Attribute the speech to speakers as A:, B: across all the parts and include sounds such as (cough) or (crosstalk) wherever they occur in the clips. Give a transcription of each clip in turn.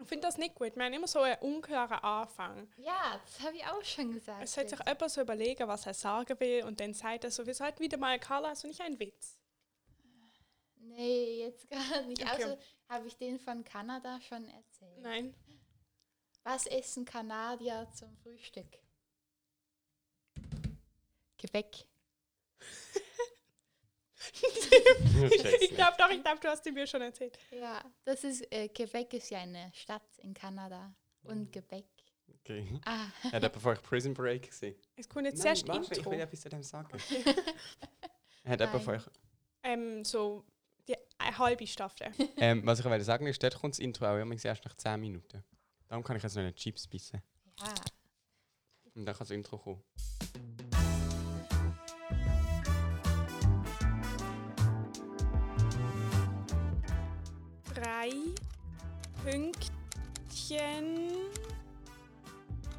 A: Ich finde das nicht gut. Wir haben immer so einen unklaren Anfang.
B: Ja, das habe ich auch schon gesagt.
A: Es sollte sich jemand so überlegen, was er sagen will und dann sagt er so, wir sollten wieder mal Carlas und nicht einen Witz.
B: Nee, jetzt gar nicht.
A: Okay.
B: Also habe ich den von Kanada schon erzählt.
C: (laughs)
A: Nein.
B: Was essen Kanadier zum Frühstück? Gebäck.
A: ich glaube doch, ich glaube, du hast die mir schon erzählt.
B: Ja, das ist, äh, Quebec ist ja eine Stadt in Kanada. Und
A: Mhm.
B: Gebäck.
C: Okay.
B: Ah,
C: Hat jemand vorher Prison Break gesehen?
A: Es kommt jetzt zuerst
C: warte, ich
A: Intro.
C: will etwas zu
B: (laughs)
C: dem sagen. Hat jemand
B: Nein.
C: vorher...
A: Ähm, so die eine halbe Staffel.
C: Ähm, was ich wollte sagen ist, dort kommt das Intro auch immer erst nach 10 Minuten. Darum kann ich jetzt noch nicht Chips bissen.
B: ja.
C: Und dann kann das Intro kommen.
A: Drei Pünktchen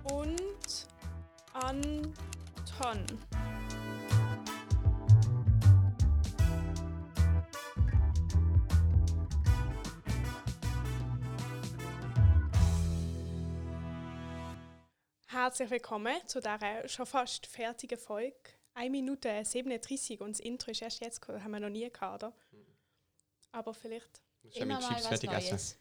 A: und Anton. Herzlich willkommen zu dieser schon fast fertigen Folge. 1 Minute 37 und das Intro ist erst jetzt gekommen, haben wir noch nie gehabt, oder? Aber vielleicht
C: Ich
B: Immer mal was Neues.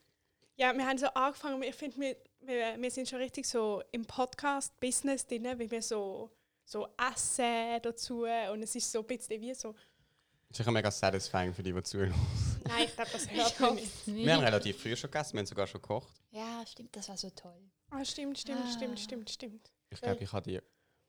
A: ja, wir haben so angefangen, ich finde, wir, wir, wir sind schon richtig so im Podcast-Business drin, weil wir so, so essen dazu und es ist so ein bisschen wie so,
C: Das ist sicher mega satisfying für die, die zuhören.
B: (laughs)
A: nein, ich glaube, (laughs) das hört
B: Ich
A: man
B: hoffe
A: nicht.
B: es
C: Wir haben
B: nicht.
C: relativ früh schon gegessen, wir haben sogar schon gekocht.
B: Ja, stimmt, das war so toll.
A: Ah, stimmt, stimmt,
B: Ah.
A: stimmt, stimmt, stimmt.
C: Ich
B: Äh.
C: glaube, ich habe die...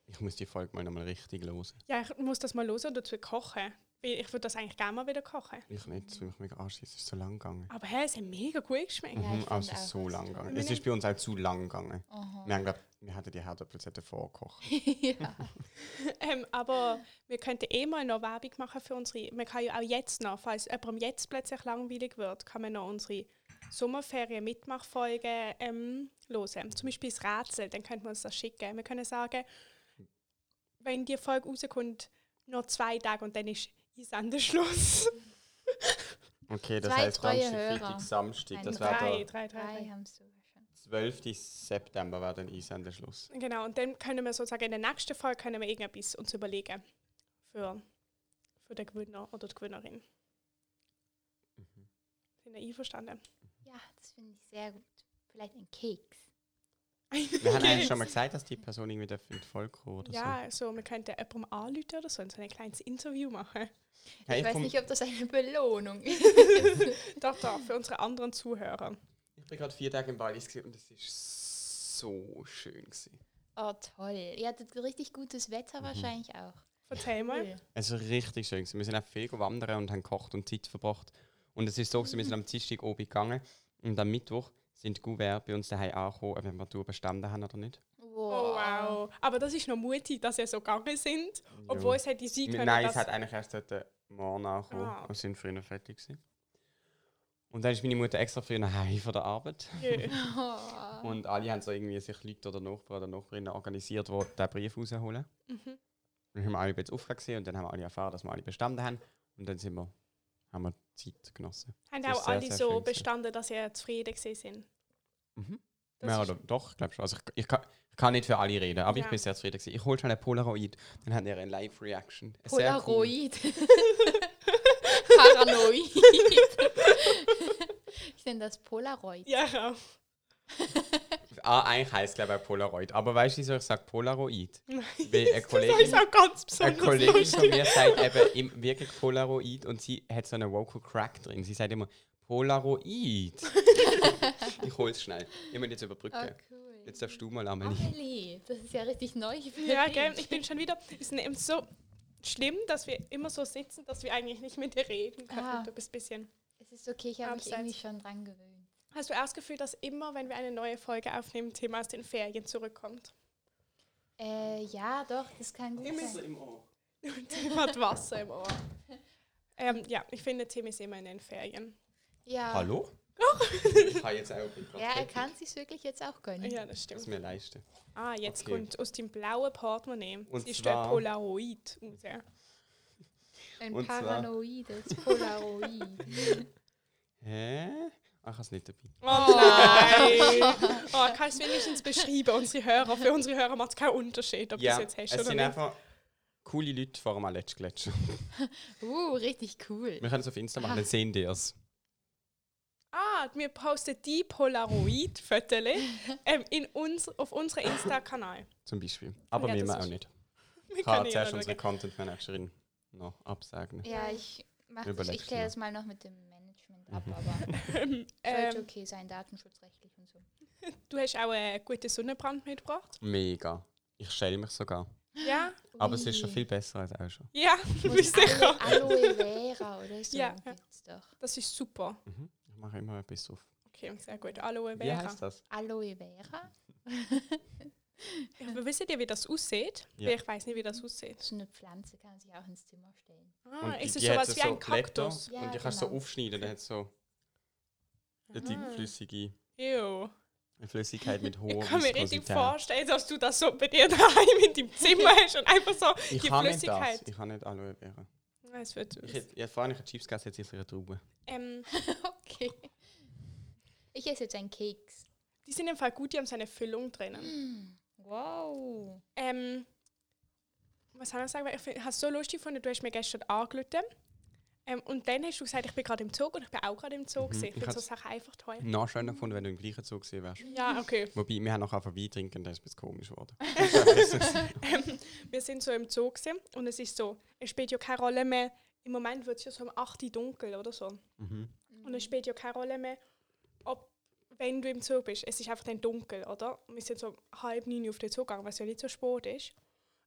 C: Ich muss die Folge mal nochmal richtig hören.
A: Ja, ich muss das mal los und dazu kochen, weil ich würde das eigentlich gerne mal wieder kochen.
C: Ich nicht, es will mich mega anschissen, es ist so lang gegangen.
A: Aber hey, es hat mega gut geschmeckt.
B: Ja, ich
C: Mhm,
B: fand
C: also
B: auch,
C: so
B: es
C: lang
B: tut
C: gegangen.
A: mir
C: Es ist bei uns auch zu lang gegangen. Wir haben gedacht, wir hätten die Herdöpfelseite vorgekocht.
B: Oh. (laughs) ja.
A: Ähm, aber wir könnten eh mal noch Werbung machen für unsere. Man kann ja auch jetzt noch, falls jemandem jetzt plötzlich langweilig wird, kann man noch unsere Sommerferien-Mitmachfolgen ähm, hören. Zum Beispiel das Rätsel, dann könnte man uns das schicken. Wir können sagen, wenn die Folge rauskommt, noch zwei Tage und dann ist Sendeschluss.
C: Okay, das
B: Zwei
C: heisst
B: treue
C: Donnerstag,
B: Hörer.
C: Freitag, Samstag.
B: Ein
C: Das
A: drei,
C: wäre
A: drei, drei,
B: Drei
A: drei.
B: haben es sogar schon.
C: der 12. September war dann Einsenderschluss.
A: Genau, und dann können wir sozusagen in der nächsten Folge können wir irgendetwas uns überlegen für, für den Gewinner oder die Gewinnerin.
C: Mhm.
A: Sind ihr einverstanden?
B: Ja, das finde ich sehr gut. Vielleicht ein Keks.
C: Wir
A: (laughs)
C: haben eigentlich schon mal gesagt, dass die Person irgendwie darf in die Folge kommen oder
A: Ja, also man könnte jemandem anrufen oder so und so ein kleines Interview machen. (laughs)
C: so. Hey,
B: ich weiß
C: komm,
B: nicht, ob das eine Belohnung ist.
A: Doch, doch, für unsere anderen Zuhörer.
C: ich bin gerade vier Tage im Wallis gewesen und es ist so schön. Gewesen.
B: (laughs) Oh, toll. Ihr hattet richtig gutes Wetter
C: Mhm.
B: wahrscheinlich auch.
A: Erzähl mal.
B: Cool.
C: Es war Also richtig schön. Gewesen. Wir sind auch viel wandern und haben gekocht und Zeit verbracht. Und es ist so, gewesen, wir sind am Dienstag oben gegangen und am Mittwoch sind die Gouverne bei uns daheim angekommen, ob wir die Tour bestanden haben oder nicht.
A: Oh, wow. Aber das ist noch mutig, dass ihr so gegangen sind, obwohl es hätte sein können,
C: Nein,
A: dass...
C: es hat eigentlich erst heute Morgen angekommen.
A: Ah.
C: Wir sind früher fertig gewesen. Und dann ist meine Mutter extra früher nach Hause von der Arbeit.
A: Jö.
B: Oh.
C: (laughs)
B: (laughs)
C: Und alle haben so irgendwie sich Leute oder Nachbarn oder Nachbarinnen organisiert, die diesen Brief rausholen.
A: Mhm.
C: Dann haben wir alle ein bisschen aufgesehen und dann haben wir alle erfahren, dass wir alle bestanden haben. Und dann sind wir, haben wir Zeit genossen.
A: Haben
C: Das ist
A: auch
C: sehr,
A: alle
C: sehr
A: so
C: schön gewesen.
A: bestanden, dass ihr zufrieden gewesen sind.
C: Mhm.
A: Das
C: Ja,
A: ist-
C: oder doch, ich glaube schon. Also ich, ich, kann, ich kann nicht für alle reden, aber
A: Ja.
C: ich bin sehr zufrieden. Gewesen. Ich hole schon eine Polaroid, dann haben wir eine Live-Reaction. Sehr cool.
B: Polaroid. (laughs)
A: (laughs)
C: (laughs)
B: Paranoid. (laughs) ich nenne das Polaroid.
A: Ja, genau.
C: Ah, eigentlich heisst es, glaube ich, auch Polaroid. Aber weißt du, wieso ich sage
A: (laughs)
C: Polaroid? Weil eine
A: Das ist
C: Kollegin,
A: auch ganz
C: eine
A: besonders
C: Kollegin von
A: lustig.
C: mir sagt eben
A: (laughs)
C: im, wirklich Polaroid und sie hat so einen Vocal Crack drin. Sie sagt immer
A: (laughs)
C: Polaroid. ich hol's schnell. Ich muss jetzt
B: Oh,
C: überbrücken.
B: cool.
C: Jetzt darfst du mal,
A: Ah.
C: Amelie.
B: Amelie, das ist ja richtig neu für
A: Ja,
B: dich.
A: gell, ich bin schon wieder... Es ist eben so schlimm, dass wir immer so sitzen, dass wir eigentlich nicht mit dir reden können.
B: Ah.
A: Du bist ein bisschen...
B: Es ist okay, ich habe mich
A: Abseits.
B: irgendwie schon dran gewöhnt.
A: Hast du auch das Gefühl, dass immer, wenn wir eine neue Folge aufnehmen, Thema aus den Ferien zurückkommt? (laughs)
B: Äh, ja, doch, das kann gut sein.
A: Tim hat Wasser im Ohr. Ähm, ja, ich finde, Tim ist immer in den Ferien. Ah.
B: Ja.
C: Hallo? ich habe jetzt auch ein
B: Ja, er kann sich wirklich jetzt auch gönnen.
A: Ja, das
C: es
A: stimmt.
C: mir leisten.
A: Ah, jetzt
C: Okay.
A: kommt aus dem blauen Portemonnaie.
C: Und
A: ist der
C: zwar-
A: Polaroid. raus.
B: Ein
C: Und
B: (laughs)
C: zwar-
B: paranoides Polaroid.
C: Hä? Ah, Ich habe es nicht dabei.
A: Oh nein! (laughs) oh, kannst du wenigstens beschreiben, unsere Hörer? Für unsere Hörer macht es keinen Unterschied, ob du es jetzt hast
C: es
A: oder
C: sind
A: nicht.
C: einfach coole Leute vor dem Aletschgletscher.
B: Uh, richtig cool.
C: Wir können es auf Insta machen,
B: Aha.
C: dann sehen die es.
A: Ah, wir posten die Polaroid-Fotos ähm, in uns, auf unserem Insta-Kanal.
C: Zum Beispiel. Aber
A: Ja,
C: wir
A: das
C: auch
A: ist-
C: nicht.
A: Wir
C: Ich kann
A: können ja
C: zuerst
A: schauen.
C: unsere Content Managerin noch absagen.
B: Ja, ich mach das,
C: Überlegst
B: ich
C: du
B: kläre
C: noch.
B: das mal noch mit dem Management ab,
C: Mhm.
B: aber (laughs) sollte
A: ähm,
B: okay sein, datenschutzrechtlich und so.
A: Du hast auch einen guten Sonnenbrand mitgebracht.
C: Mega. Ich schäle mich sogar.
A: Ja?
C: Aber es ist
B: Ui.
C: schon viel besser als auch schon.
A: Ja, (laughs)
B: Du
A: bin
B: musst
A: sicher.
B: Aloe, Aloe Vera oder (laughs) so
A: Ja.
B: ja. gibt's doch.
A: Das ist super.
C: Mhm. Ich mache immer etwas auf.
A: Okay, sehr gut. Aloe
C: Wie
A: Vera.
C: heißt das?
B: Aloe Vera?
A: Ja, wir wissen ja, wie das aussieht.
C: Ja.
A: Weil ich weiß nicht, wie das aussieht.
B: Das ist eine Pflanze, kann man sich auch ins Zimmer stellen.
A: Ah,
C: die-
A: ist es
C: die hat
A: sowas wie ein
C: Blätter
A: Kaktus?
B: Ja,
C: und die kannst du so
B: genau.
C: aufschneiden, dann hat es so die
A: Ah.
C: flüssige
A: Ew.
C: eine Flüssigkeit mit hoher
A: (laughs) Ich kann mir richtig
C: Viskosität.
A: vorstellen, dass du das so bei dir daheim in deinem Zimmer
C: (laughs)
A: hast und einfach so
C: Ich
A: die
C: habe nicht das.
A: Flüssigkeit.
C: Ich habe nicht Aloe Vera.
A: Ja, Es wird
C: Ich hätte ja, vorhin eine Chips gegessen, jetzt ist es eine Traube.
A: ähm,
B: (laughs) okay. Ich esse jetzt einen Keks.
A: die sind im Fall gut, die haben so eine Füllung drinnen.
B: Wow.
A: Ähm, was soll ich sagen? Weil Ich finde- ich habe es so lustig gefunden, du hast mir gestern angerufen. Ähm, und dann hast du gesagt, ich bin gerade im Zug und ich bin auch gerade im Zug.
C: Mhm.
A: gewesen.
C: Ich
A: Ich finde so
C: hab's- Mhm.
A: Sachen einfach toll.
C: Noch schöner gefunden, wenn du im gleichen Zug gewesen wärst.
A: Ja, okay. (laughs)
C: Wobei, wir haben nachher vorbei trinken, das ist ein bisschen komisch geworden.
A: Ähm, Wir sind so im Zug gewesen und es ist so, es spielt ja keine Rolle mehr. Im Moment wird es ja so um 8 Uhr dunkel oder so.
C: mhm.
A: Und es spielt ja keine Rolle mehr, ob, wenn du im Zug bist. Es ist einfach dann dunkel, oder? Wir sind so um halb neun auf den Zug gegangen, was ja nicht so spät ist.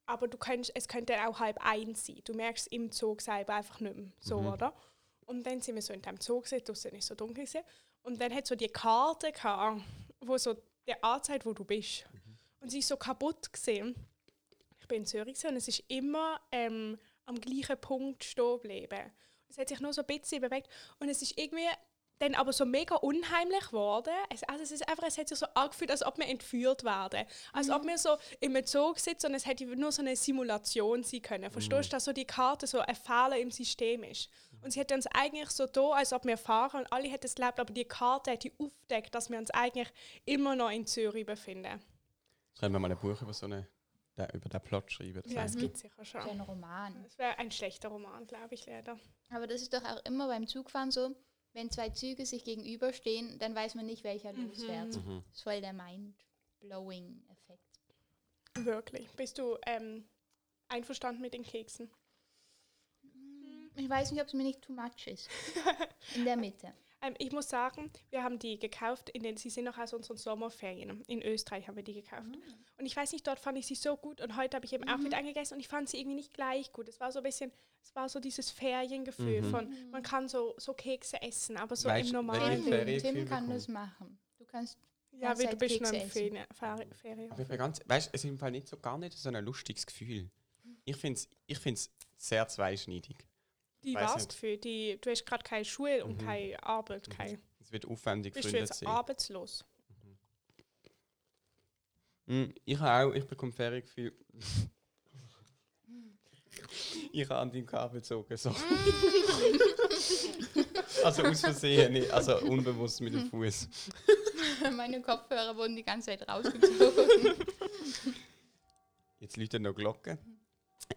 A: Aber du könntest, es könnte dann auch halb eins sein. Du merkst es im Zug selber einfach nicht mehr. So,
C: Mhm.
A: oder? Und dann sind wir so in dem Zug gesessen, draussen ist so dunkel gewesen. Und dann hat so die Karte gehabt, wo so der anzeigt, wo du bist. Und sie ist so kaputt gesehen. Ich bin in Zürich gewesen und es ist immer ähm, am gleichen Punkt stehen geblieben. Es hat sich nur so ein bisschen bewegt und es ist irgendwie dann aber so mega unheimlich geworden. Es, also es ist einfach, es hat sich so angefühlt, als ob wir entführt werden. Als ob wir so im Zug sitzen und es hätte nur so eine Simulation sein können. Verstehst du, dass so die Karte so ein Fehler im System ist? Und sie hat uns eigentlich so da, als ob wir fahren und alle hätten es geglaubt, aber die Karte hätte aufgedeckt, dass wir uns eigentlich immer noch in Zürich befinden.
C: Jetzt können wir mal ein Buch über so eine, da- über den Plot schreiben. Das
A: Ja,
C: heißt,
A: es gibt sicher
B: Für
A: schon.
B: einen Roman.
A: Es wäre ein schlechter Roman, glaube ich, leider.
B: Aber das ist doch auch immer beim Zugfahren so, wenn zwei Züge sich gegenüberstehen, dann weiß man nicht, welcher losfährt.
C: Mhm.
B: Das ist voll der Mind-Blowing-Effekt.
A: Wirklich. Bist du ähm, einverstanden mit den Keksen?
B: Hm, Ich weiß nicht, ob es mir nicht too much (laughs) ist. In der Mitte.
A: Ähm, ich muss sagen, wir haben die gekauft, in den, sie sind noch aus unseren Sommerferien. In Österreich haben wir die gekauft.
B: Ah.
A: Und ich weiß nicht, dort fand ich sie so gut und heute habe ich eben auch
B: Mhm.
A: mit eingegessen und ich fand sie irgendwie nicht gleich gut. Es war so ein bisschen, es war so dieses Feriengefühl
C: Mhm.
A: von, man kann so, so Kekse essen, aber so
C: Weißt
A: im
C: du, wenn
A: normalen.
C: Ein
B: Tim,
C: Feriengefühl
B: Tim kann
C: bekommen.
B: das machen. Du kannst.
A: ja, weil du
B: Zeit
A: bist noch
B: Kekse
A: in
B: essen.
A: Ferien. Fer- Ferien.
C: Aber ich bin ganz, weißt, es ist im Fall nicht so gar nicht so ein lustiges Gefühl. Ich finde es ich find's sehr zweischneidig.
A: Die was
C: Weiß nicht.
A: Gefühl, die, du hast gerade keine Schule und
C: Mhm.
A: keine Arbeit. Keine.
C: Es wird aufwendig
A: Bist du
C: gefunden
A: jetzt
C: sein.
A: arbeitslos?
C: Mm, Ich habe auch, ich bekomme Feriengefühl. (laughs) ich habe an deinem Kabel gezogen. So. (laughs) also aus Versehen, nicht, also unbewusst mit dem Fuß.
B: (laughs) Meine Kopfhörer wurden die ganze Zeit (laughs) rausgezogen.
C: Jetzt läutet noch Glocken.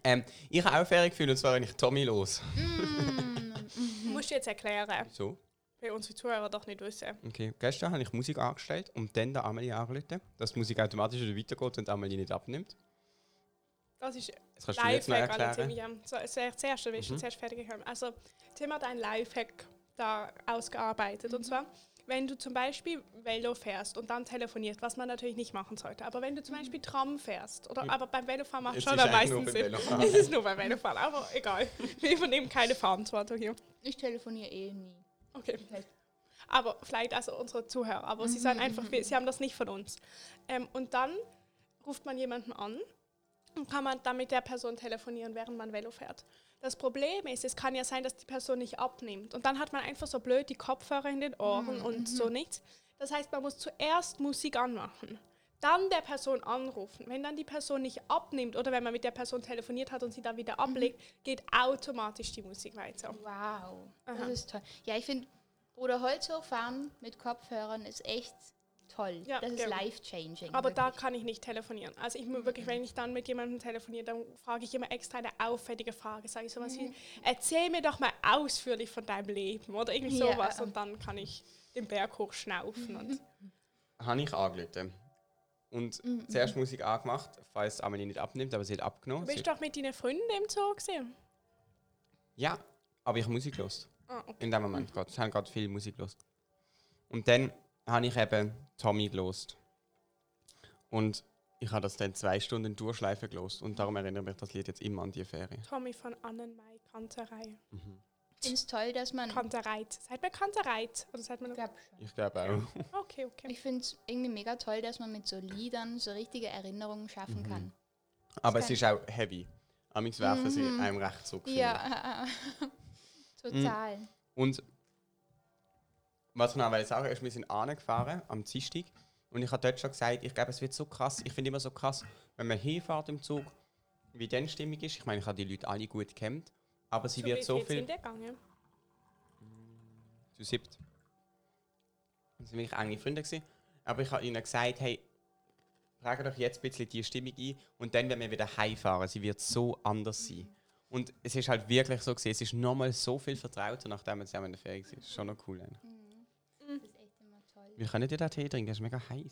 C: Ähm, ich habe auch Feriengefühl und zwar wenn ich Tommy los.
B: Hm, Mhm.
A: Musst du jetzt erklären,
C: So.
A: weil unsere Zuhörer doch nicht wissen.
C: Okay, gestern habe ich Musik angestellt und dann der Amelie angerufen, dass die Musik automatisch wieder weitergeht und die Amelie nicht abnimmt.
A: Das ist
C: Das kannst du jetzt noch
A: Lifehack, alle
C: erklären.
A: ziemlich am so, sehr, zuerst, du bist
C: Mhm.
A: zuerst fertig gekommen. Also, Tim hat ein Lifehack da ausgearbeitet. Und zwar, wenn du zum Beispiel Velo fährst und dann telefonierst, was man natürlich nicht machen sollte, aber wenn du zum Beispiel Tram fährst, oder,
C: Ja.
A: aber beim Velofahren macht
C: Jetzt
A: schon
C: ist
A: am
C: eigentlich
A: meisten
C: nur beim
A: Sinn.
C: Velofahren.
A: (laughs) Es ist nur beim Velofahren, aber egal. Wir übernehmen keine Verantwortung hier.
B: Ich telefoniere eh nie.
A: Okay. Aber vielleicht also unsere Zuhörer. Aber sie sind einfach, wir- sie haben das nicht von uns. Ähm, und dann ruft man jemanden an und kann man dann mit der Person telefonieren, während man Velo fährt. Das Problem ist, es kann ja sein, dass die Person nicht abnimmt. Und dann hat man einfach so blöd die Kopfhörer in den Ohren und so nichts. Das heißt, man muss zuerst Musik anmachen. Dann der Person anrufen. Wenn dann die Person nicht abnimmt oder wenn man mit der Person telefoniert hat und sie dann wieder ablegt, geht automatisch die Musik weiter.
B: Wow.
A: Aha.
B: Das ist toll. Ja, ich finde, Oder Holz hochfahren mit Kopfhörern ist echt toll.
A: Ja,
B: das ist
A: gerne.
B: life-changing.
A: Aber da
B: wirklich. Mhm.
A: kann ich nicht telefonieren. Also ich muss wirklich, wenn ich dann mit jemandem telefoniere, dann frage ich immer extra eine auffällige Frage. Sage ich sowas
B: Mhm.
A: wie, erzähl mir doch mal ausführlich von deinem Leben oder irgendwie
B: Ja. Mhm.
A: sowas. Und dann kann ich den Berg hochschnaufen. Und
C: Habe ich angerufen. Und
A: Mhm,
C: zuerst Musik angemacht, falls Amelie nicht abnimmt, aber sie hat abgenommen.
A: du
C: Sie-
A: bist doch mit deinen Freunden im Zoo gesehen.
C: Ja, aber ich habe Musik gehört.
A: Ah, okay.
C: In dem Moment gerade. Ich habe gerade viel Musik gehört. Und dann habe ich eben Tommy gelost. Und ich habe das dann zwei Stunden durchschleifen gelost. Und darum erinnert mich das Lied jetzt immer an die Ferien.
A: Tommy von Annenmai Kanterei.
B: Mhm. Ich finde es toll, dass man.
A: Kantereit. Sagt man Kantereit? Oder sagt man...
B: Ich glaub schon.
C: Ich glaube auch.
A: Okay, okay.
B: Ich finde es irgendwie mega toll, dass man mit so Liedern so richtige Erinnerungen schaffen kann.
C: Aber
B: Das
C: es ist auch heavy. Amix werfen sie
B: Mhm.
C: einem recht so. finde ich.
B: Ja, (laughs) total.
C: Und was ich noch wollte sagen ist, wir sind angefahren am Dienstag und ich habe dort schon gesagt, ich glaube, es wird so krass. Ich finde immer so krass, wenn man hinfährt im Zug, wie dann die Stimmung ist. Ich meine, ich habe die Leute alle gut kennt, aber sie wird so viel.
A: sind der gegangen?
C: zu siebt. Das waren wirklich enge Freunde. Gewesen. Aber ich habe ihnen gesagt, hey, trage doch jetzt ein bisschen die Stimmung ein und dann werden wir wieder heimfahren. Sie wird so anders sein. Und es ist halt wirklich so gewesen, es ist nochmal so viel vertrauter, nachdem wir zusammen in der Ferien waren. Das ist schon noch cool. Eigentlich.
B: Das ist echt immer toll.
C: Wir können dir den Tee trinken, der ist mega heiß.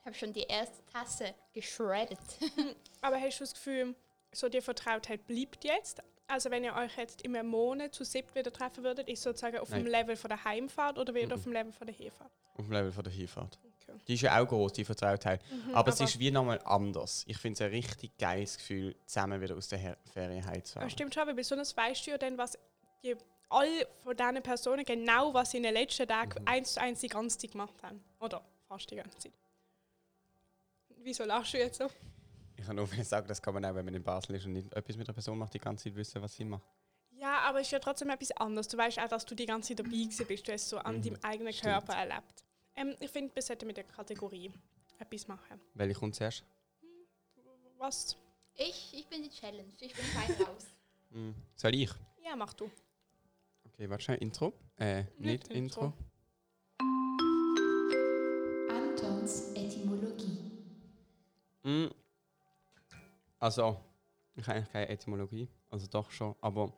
B: Ich habe schon die erste Tasse geschreddet. (laughs)
A: Aber hast du das Gefühl, so die Vertrautheit bleibt jetzt? Also wenn ihr euch jetzt im Monat zu siebt wieder treffen würdet, ist sozusagen auf
C: Nein. Mhm.
A: dem Level von der Heimfahrt oder wieder auf dem Level von der Heimfahrt?
C: Auf dem Level von der Hinfahrt.
A: Okay.
C: Die ist ja auch groß, die Vertrautheit. aber es
A: aber-
C: ist wie nochmal anders. Ich finde es ein richtig geiles Gefühl, zusammen wieder aus der Her Ferien
A: Das
C: heimzufahren.
A: stimmt schon, weil besonders weißt du ja dann, was die, alle von diesen Personen genau, was sie in den letzten Tagen
C: Mhm.
A: eins zu eins die ganze Zeit gemacht haben. Oder fast die ganze Zeit. Wieso lachst du jetzt so?
C: Ich kann nur (laughs) sagen, das kann man auch, wenn man in Basel ist und nicht etwas mit einer Person macht, die ganze Zeit wissen, was sie macht.
A: Ja, aber es ist ja trotzdem etwas anderes. Du weißt auch, dass du die ganze Zeit dabei gewesen bist. Du hast es so an deinem eigenen
C: Mhm. Stimmt.
A: Körper erlebt. Ähm, ich finde, wir sollten mit der Kategorie etwas machen.
C: Welche kommt zuerst?
A: Was?
B: Ich, ich bin die Challenge. Ich bin fein raus.
C: Soll ich?
A: Ja, mach (laughs) du.
C: Okay, warte schnell. Intro? Äh, nicht, Intro.
A: Intro.
D: (laughs) Antons Etymologie.
C: Mm. Also, ich habe eigentlich keine Etymologie. Also doch schon, aber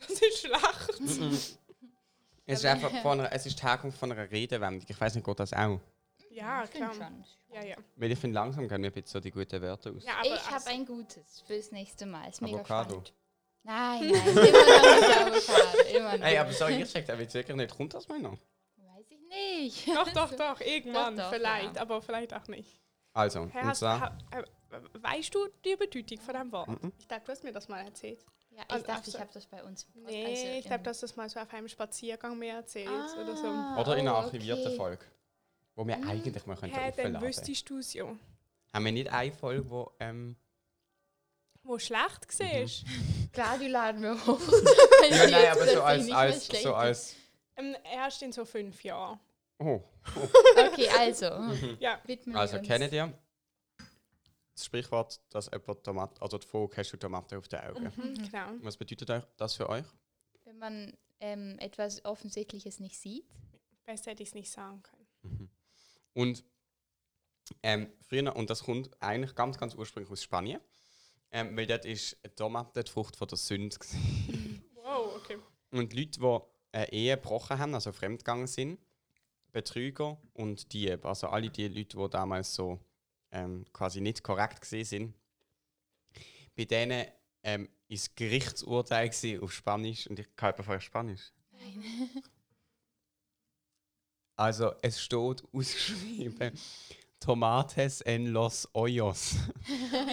A: Das ist schlecht.
C: es ist einfach von einer, es ist die Herkunft von einer Redewendung. Ich weiß nicht, geht das auch?
A: Ja,
B: Ich bin
A: klar.
B: schon.
A: Ja, ja.
C: Weil ich finde, langsam können wir bitte so die guten Wörter aus.
A: ja
B: ich habe
A: also-
B: ein gutes fürs nächste Mal. Ist mega
C: Avocado.
B: spannend. (laughs) Nein, nein, immer noch nicht Avocado. Immer noch.
C: Ey, aber sorry, ich check da jetzt wirklich nicht. Kommt das mal noch?
B: Weiß ich nicht.
A: (laughs) Doch, doch,
B: (laughs)
A: doch. Irgendwann.
B: Doch, doch,
A: vielleicht,
B: ja.
A: aber vielleicht auch nicht.
C: Also,
A: Hey,
C: und
A: hast,
C: zwar... Mhm.
A: ha, äh, weißt du die Bedeutung von dem Wort? Ich glaube, du hast mir das mal erzählt.
B: Ja, ich
A: Also,
B: dachte,
A: also-
B: ich habe das bei uns. im Pod-
A: Nee,
B: also
A: ich glaube,
B: im-
A: du hast das mal so auf einem Spaziergang mir erzählt oder so.
B: Ah,
C: oder in einer
B: oh,
C: archivierten
B: okay.
C: Folge. Wo wir eigentlich mal könnten
A: Ah, Hä, dann
C: aufladen.
A: wüsstest du es ja.
C: Haben wir nicht eine Folge, wo... Ähm,
A: Wo schlecht
C: Mhm.
A: gesehen ist.
B: Klar, die laden wir (laughs) hoch.
C: ja, nein, aber
B: Dass die
C: so als,
B: nicht mehr
C: als,
B: schlecht
C: so als...
A: Ähm, erst in so fünf Jahren.
C: Oh,
B: Okay,
C: (laughs)
B: also.
A: Ja.
B: Widmen
C: Also
B: wir uns.
C: kennt ihr das Sprichwort, dass jemand Tomaten, also die Vogel hast du Tomaten auf den Augen.
A: Genau.
C: Was bedeutet euch das für euch?
B: Wenn man ähm, etwas Offensichtliches nicht sieht.
A: Besser hätte ich es nicht sagen können.
C: Und ähm, früher, noch- und das kommt eigentlich ganz, ganz ursprünglich aus Spanien, ähm, weil dort ist eine Tomate die Frucht von der Sünde. gewesen.
A: Wow, okay.
C: Und Leute, die eine Ehe gebrochen haben, also fremdgegangen sind, Betrüger und Diebe, also alle die Leute, die damals so ähm, quasi nicht korrekt gesehen sind, bei denen ähm, ist das Gerichtsurteil gewesen auf Spanisch und ich kann jemand vorher Spanisch.
B: Nein.
C: Also es steht ausgeschrieben (laughs) Tomates en los Hoyos.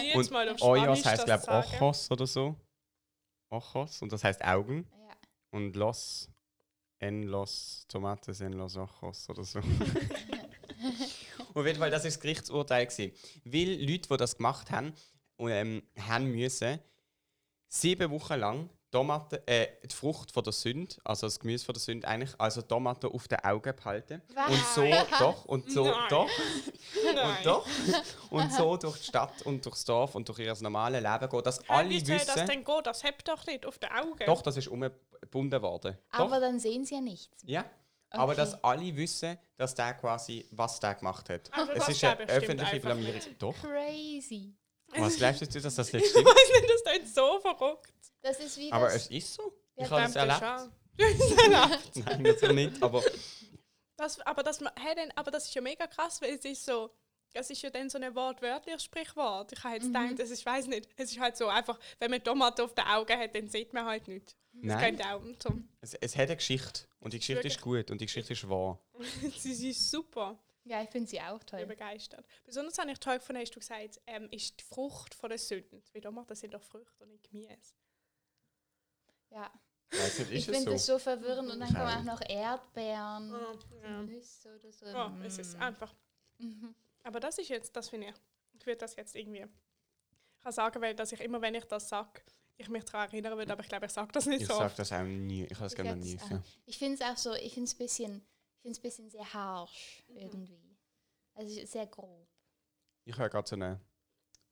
A: Jetzt
C: Und
A: mal auf
C: Hoyos
A: Spanisch
C: heißt
A: das
C: glaube ich
A: sagen.
C: Ojos oder so. Ojos und das heißt Augen.
B: Ja.
C: und Los en Los Tomates en Los Ojos oder (laughs) so. Auf jeden Fall, das ist das Gerichtsurteil gewesen. Weil Leute, die das gemacht haben, ähm, haben müssen sieben Wochen lang Tomate, äh, die Frucht von der Sünde, also das Gemüse von der Sünde eigentlich, also Tomaten auf den Augen behalten. Und so,
B: Was?
C: doch, und so,
A: Nein.
C: doch,
A: Nein.
C: und doch. Und so durch die Stadt und durchs Dorf und durch ihr normales Leben gehen, dass alle
A: Wie soll das
C: wissen,
A: denn gehen? Das habt doch nicht auf den Augen.
C: doch, das ist umgebracht gebunden worden.
B: Aber
C: Doch?
B: dann sehen sie ja nichts.
C: Ja. Aber
B: Okay.
C: dass alle wissen, dass der quasi, was der gemacht hat.
A: Aber
C: es
A: Also was
C: ist
A: der
C: eine
A: bestimmt
C: öffentliche
A: einfach
C: Blamierung. Doch.
A: (laughs)
B: Crazy.
C: Was glaubst du, dass das nicht
A: Ich
B: (laughs)
C: stimmt?
A: weiß nicht, das klingt so verrückt.
B: Das ist wie
C: Aber es
B: das.
C: ist so.
B: Ja,
C: Ich habe es
A: Glaub (laughs) das
C: erlebt.
A: schon. Ja.
C: (laughs) Nein, natürlich nicht. Aber
A: (laughs) das, aber, das, hey, dann, aber das ist ja mega krass, weil es ist so, es ist ja dann so ein wortwörtliches Sprichwort. Ich habe jetzt gedacht, es ist, weiß nicht, es ist halt so einfach, wenn man Tomate auf den Augen hat, dann sieht man halt nichts. Das
C: nein,
A: könnte auch so. (laughs)
C: es, es hat eine Geschichte. Und die Geschichte ist gut. Und die Geschichte ist wahr.
A: Sie sind super.
B: Ja, ich finde sie auch
A: Ich bin
B: toll.
A: begeistert. Besonders habe ich toll gefunden, hast du gesagt, ähm, ist die Frucht von der Sünden. Weil Tomaten sind doch Früchte und nicht Gemüse.
B: Ja.
C: Ich weiss nicht,
B: Ich
C: ist
B: finde
C: es
B: das
C: so?
B: so verwirrend. Und dann
C: Ich
B: kommen
C: auch.
B: auch noch Erdbeeren.
A: Oh, ja.
B: Nüsse oder so.
A: Oh, es ist
B: Mm.
A: einfach.
B: Mhm.
A: Aber das ist jetzt, das finde ich. Ich würde das jetzt irgendwie. Ich kann sagen, weil dass ich immer, wenn ich das sage, ich mich daran erinnern würde, aber ich glaube, ich sage das nicht
C: Ich
A: so.
C: sage das auch nie. Ich habe es
B: Ich
C: gerne
B: sag's
C: nie.
B: auch. Ich finde es auch so, ich finde es ein bisschen, ich find's bisschen sehr harsch
A: Mhm.
B: irgendwie. Also es ist sehr grob.
C: Ich höre gerade so einen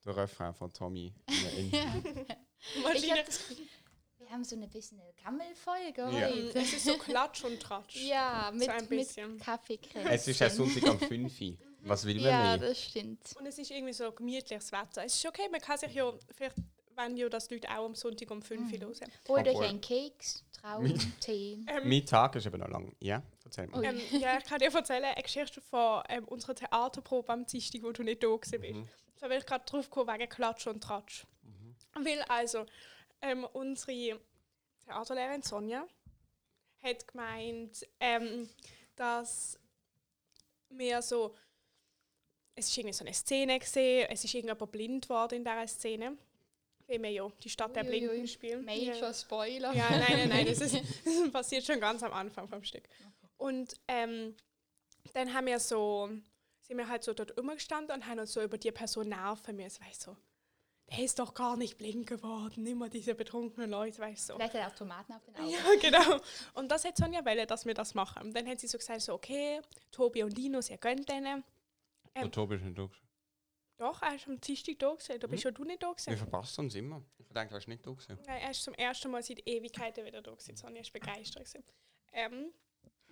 C: den Refrain von Tommy.
B: (laughs)
C: in- in-
B: Ich hab
A: Wahrscheinlich.
B: das, Gefühl, wir haben so ein bisschen eine Gammelfolge
C: Ja.
A: Mm,
B: heute.
A: (laughs) Es ist so Klatsch und Tratsch.
B: Ja, mit,
A: So ein bisschen.
B: mit Kaffeekränzchen.
C: es ist ja Sonntag um 5 Uhr. Was will man
B: Ja,
C: mehr?
B: das stimmt.
A: Und es ist irgendwie so gemütliches Wetter. Es ist okay, man kann sich ja, vielleicht wenn ja das die Leute auch am Sonntag um 5
B: Mhm.
A: Uhr hören.
B: Holt euch
C: Obwohl-
B: einen Keks, Trauben,
A: (laughs)
B: Tee.
A: Ähm,
C: Mein Tag ist eben noch lang. Ja, erzähl mal.
B: Ui.
A: Ähm, ja, ich kann dir erzählen, eine Geschichte von ähm, unserer Theaterprobe am Dienstag, wo du nicht da warst.
C: Mhm.
A: Da bin ich gerade drauf gekommen, wegen Klatsch und Tratsch.
B: Mhm.
A: Weil also, ähm, unsere Theaterlehrerin Sonja hat gemeint, ähm, dass wir so, es ist irgendwie so eine Szene gesehen, es ist irgendjemand blind geworden in dieser Szene. Weil wir ja die Stadt der
B: Uiuiui.
A: Blinden spielen. Ja.
B: Major Spoiler.
A: Ja, nein, nein, nein, das, ist, das passiert schon ganz am Anfang vom Stück. Und ähm, dann haben wir so, sind wir halt so dort umgestanden und haben uns so über die Person nerven müssen, weißt du. So, der ist doch gar nicht blind geworden, immer diese betrunkenen Leute, weißt du. So.
B: Vielleicht hat er auch Tomaten auf den Augen.
A: Ja, (laughs) genau. Und das hat Sonja Welle, dass wir das machen. Und dann hat sie so gesagt, so, okay, Tobi und Linus, ihr gönnt denen.
C: Und Tobi ist nicht da. gewesen.
A: Doch, er ist am Dienstag da gewesen, da bist ja du nicht da
C: Wir
A: gewesen.
C: verpassen uns immer. Ich denke, du warst nicht da. gewesen.
A: Nein, er ist zum ersten Mal seit Ewigkeiten wieder da gewesen. Sonja ist begeistert. Gewesen. Ähm,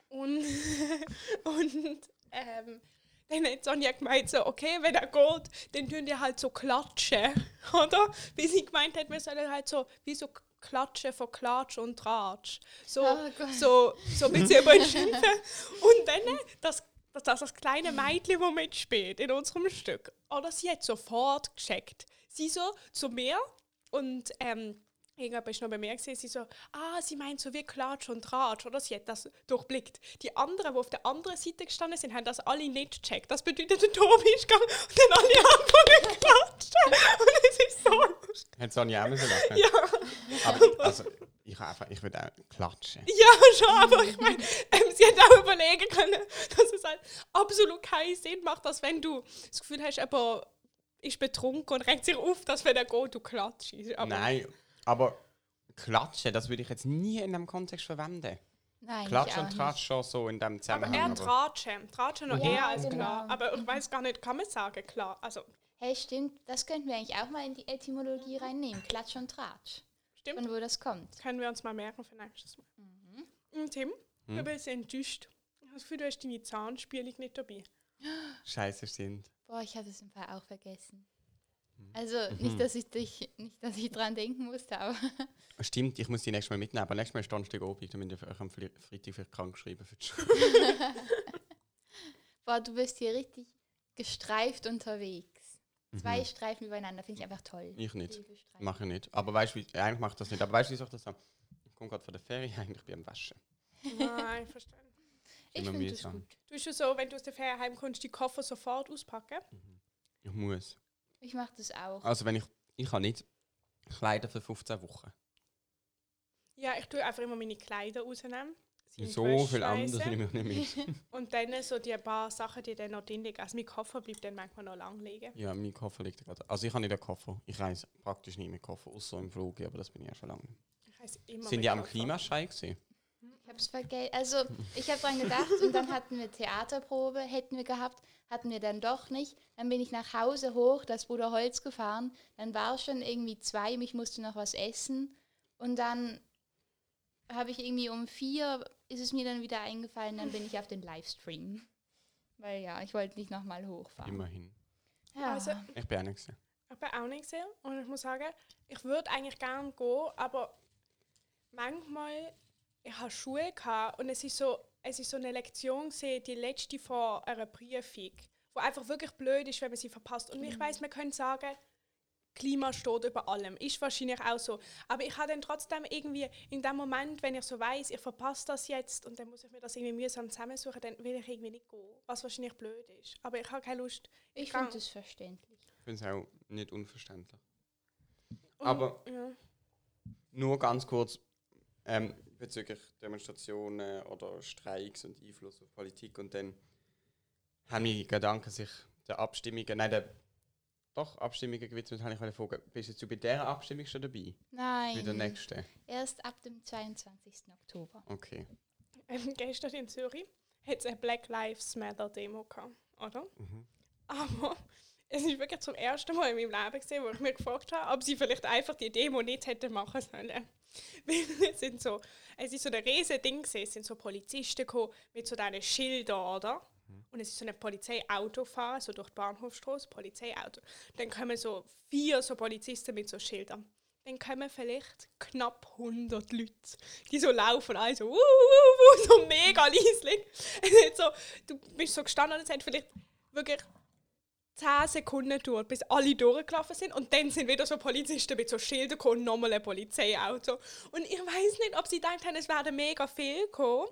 A: und (laughs) und ähm, dann hat Sonja gemeint, so, okay, wenn er geht, dann tun die halt so klatschen, (laughs) oder? Wie sie gemeint hat, wir sollen halt so, wie so klatschen von Klatsch und Tratsch. So,
B: Oh Gott.
A: so, so ein bisschen über ihn schimpfen. Und dann äh, das, das, das, das kleine Mädchen, das mitspielt in unserem Stück. Oder sie hat sofort gecheckt. Sie so zu mir und ähm, irgendwann ist noch bei mir gesehen, sie so, ah, sie meint so wie Klatsch und Tratsch, oder? Sie hat das durchblickt. Die anderen, die auf der anderen Seite gestanden sind, haben das alle nicht gecheckt. Das bedeutet, der Tobi ist gegangen und dann alle (laughs) angefangen zu klatschen. Und es ist so lustig.
C: Hat Sonja auch müssen
A: (laughs)
C: lachen?
A: Ja.
C: Aber, also, ich, einfach, ich würde auch klatschen.
A: Ja, schon, aber ich meine, ähm, sie hätte auch überlegen können, (laughs) dass es halt absolut keinen Sinn macht, dass wenn du das Gefühl hast, aber ist betrunken und regt sich auf, dass wenn er geht, du klatschst. Aber
C: Nein, aber klatschen, das würde ich jetzt nie in diesem Kontext verwenden.
B: Nein,
C: Klatsch
B: ich auch
C: und Tratsch schon so in diesem
A: Aber
C: Zusammenhang.
A: eher Tratschen. Tratschen noch
B: Ja,
A: eher als
B: genau.
A: klar. Aber ich weiß gar nicht, kann man sagen, klar. Also,
B: nicht. Hey, stimmt, das könnten wir eigentlich auch mal in die Etymologie reinnehmen. Klatsch und Tratsch.
A: stimmt.
B: Von wo das kommt.
A: können wir uns mal merken für nächstes Mal. Und Tim, ich bin ein bisschen enttäuscht. Ich habe das Gefühl, du hast deine Zahnspielung nicht dabei.
C: Scheiße sind.
B: Boah, ich habe es im Fall auch vergessen.
C: Mhm.
B: Also nicht, dass ich dich, nicht, dass ich dran denken musste, aber (laughs)
C: Stimmt, ich muss die nächstes Mal mitnehmen, aber nächstes Mal ist Donnerstag oben, damit ich euch am Fli- Freitag vielleicht krank schreiben für
A: (laughs)
C: die Schule.
B: boah, du bist hier richtig gestreift unterwegs.
C: Mhm.
B: Zwei Streifen übereinander, finde ich einfach toll.
C: Ich nicht.
B: Liebe Streifen.
C: Mache ich nicht. Aber weißt du, wie- eigentlich mache ich das nicht. Aber weißt du, wieso ich das habe? Ich komme gerade von der Ferie (laughs) heim, ich bin am Waschen.
A: Nein, (laughs) verstehe.
B: Ich
C: immer
B: finde das
C: mühsam.
B: gut.
A: Du bist ja so, wenn du aus der Ferien heimkommst, die Koffer sofort auspacken.
C: Ich muss.
B: Ich mache das auch.
C: Also wenn ich, ich habe nicht Kleider für 15 Wochen.
A: Ja, ich tue einfach immer meine Kleider rausnehmen. sie in die
C: So
A: Wäsche
C: viel anderes
A: schmeißen
C: nehme
A: (laughs)
C: ich nicht mit.
A: Und dann so die paar Sachen, die dann noch drin liegen. Also mein Koffer bleibt dann manchmal noch lang liegen.
C: Ja, mein Koffer liegt da gerade. Also ich habe nicht einen Koffer. Ich reise praktisch nie mit Koffer, außer im Flug, aber das bin ich ja schon lange. nicht.
A: Ich weiss immer
C: Sind
A: mein
C: die am
A: Koffer.
C: Klimaschein gewesen?
B: Ich habe es vergessen. Also ich habe dran gedacht und dann hatten wir Theaterprobe, hätten wir gehabt, hatten wir dann doch nicht. Dann bin ich nach Hause hoch, das Bruderholz gefahren. Dann war es schon irgendwie zwei, ich musste noch was essen. Und dann habe ich irgendwie um vier, ist es mir dann wieder eingefallen, dann bin ich auf den Livestream. Weil ja, ich wollte nicht nochmal hochfahren.
C: Immerhin.
B: Ja.
A: Also,
C: Ich bin auch nicht gesehen.
A: ich bin auch nicht gesehen und ich muss sagen, ich würde eigentlich gerne gehen, aber manchmal, ich habe Schuhe gehabt und es ist so, es ist so eine Lektion gewesen, die letzte von einer Prüfung, wo einfach wirklich blöd ist, wenn man sie verpasst. Und ich weiß, man könnte sagen, Klima steht über allem. Ist wahrscheinlich auch so. Aber ich habe dann trotzdem irgendwie in dem Moment, wenn ich so weiß, ich verpasse das jetzt und dann muss ich mir das irgendwie mühsam zusammensuchen, dann will ich irgendwie nicht gehen. Was wahrscheinlich blöd ist. Aber ich habe keine Lust.
B: ich
A: kann-
B: finde das verständlich.
C: Ich finde es auch nicht unverständlich.
A: Und-
C: Aber-
A: Ja.
C: Nur ganz kurz ähm, bezüglich Demonstrationen oder Streiks und Einfluss auf Politik und dann haben meine Gedanken sich der Abstimmungen, nein, der doch Abstimmungen gewidmet, habe ich wollte fragen, bist du bei dieser Abstimmung schon dabei? Bei der
B: Nein.
C: nächsten?
B: Erst ab dem 22. Oktober.
C: Okay.
A: Ähm, (laughs) gestern in Zürich hat es eine Black Lives Matter Demo gehabt, oder?
C: Mhm.
A: Aber (laughs) es ist wirklich zum ersten Mal in meinem Leben gesehen, wo ich mir gefragt habe, ob sie vielleicht einfach die Demo nicht hätten machen sollen. (laughs) Weil es sind so, es ist so ein riesen Ding gewesen, es sind so Polizisten gekommen mit so diesen Schildern, oder? Und es ist so eine Polizeiauto fahren, so durch die Bahnhofstraße, Polizeiauto. Dann kommen so vier so Polizisten mit so Schildern. Dann kommen vielleicht knapp 100 Leute, die so laufen, also wuh, wuh, wuh, uh, so mega leislich. (laughs) Es hat so, du bist so gestanden und es hat vielleicht wirklich 10 Sekunden gedauert, bis alle durchgelaufen sind und dann sind wieder so Polizisten mit so Schildern gekommen, und nochmal ein Polizeiauto. Und ich weiß nicht, ob sie gedacht haben, es werden mega viel kommen.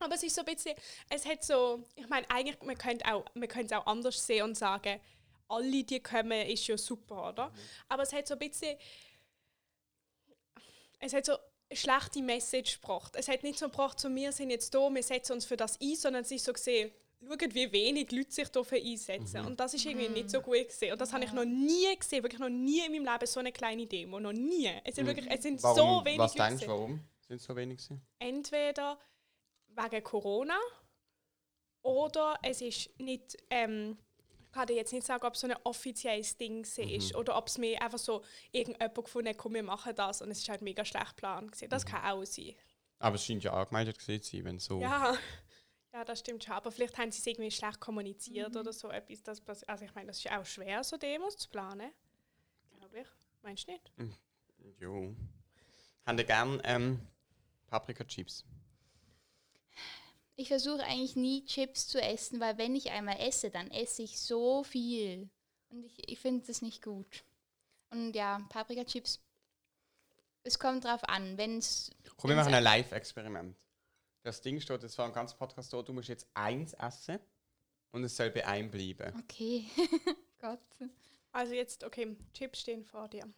A: Aber es ist so ein bisschen, es hat so, ich meine, eigentlich, man könnte auch, man könnte es auch anders sehen und sagen, alle, die kommen, ist ja super, oder?
C: Mhm.
A: Aber es hat so ein bisschen, es hat so eine schlechte Message gebracht. Es hat nicht so gebracht, so, wir sind jetzt da, wir setzen uns für das ein, sondern es ist so gesehen, schaut, wie wenig Leute sich dafür einsetzen.
C: Mhm.
A: Und das ist irgendwie nicht so gut gesehen. Und das habe ich noch nie gesehen, wirklich noch nie in meinem Leben so eine kleine Demo, noch nie. Es sind wirklich, es sind
C: Mhm. Warum,
A: so wenig
C: was
A: Leute.
C: denkst du,
A: gewesen
C: warum sind es so wenig gewesen?
A: entweder wegen Corona oder es ist nicht, ähm, ich kann dir jetzt nicht sagen, ob es so ein offizielles Ding gewesen ist oder ob es mir einfach so irgendjemand gefunden hat, komm, wir machen das und es ist halt mega schlecht geplant. gewesen. Das kann auch sein.
C: Ah, Aber es scheint ja angemeldet gewesen zu sein, wenn so.
A: Ja. (laughs) ja, das stimmt schon. Aber vielleicht haben sie es irgendwie schlecht kommuniziert oder so etwas. Das, passi- also ich meine, das ist auch schwer, so Demos zu planen. Glaube ich. Meinst du nicht?
C: Jo. Haben ihr gern ähm, Paprika-Chips?
B: Ich versuche eigentlich nie Chips zu essen, weil wenn ich einmal esse, dann esse ich so viel. Und ich, ich finde das nicht gut. Und ja, Paprika-Chips. Es kommt drauf an. Wenn es
C: Komm, wir
B: Wenn's
C: machen ein Live-Experiment. Das Ding steht jetzt vor dem ganzen Podcast da, du musst jetzt eins essen und es soll bei einem bleiben.
B: Okay. (laughs) Gott.
A: Also jetzt, okay, Chips stehen vor dir.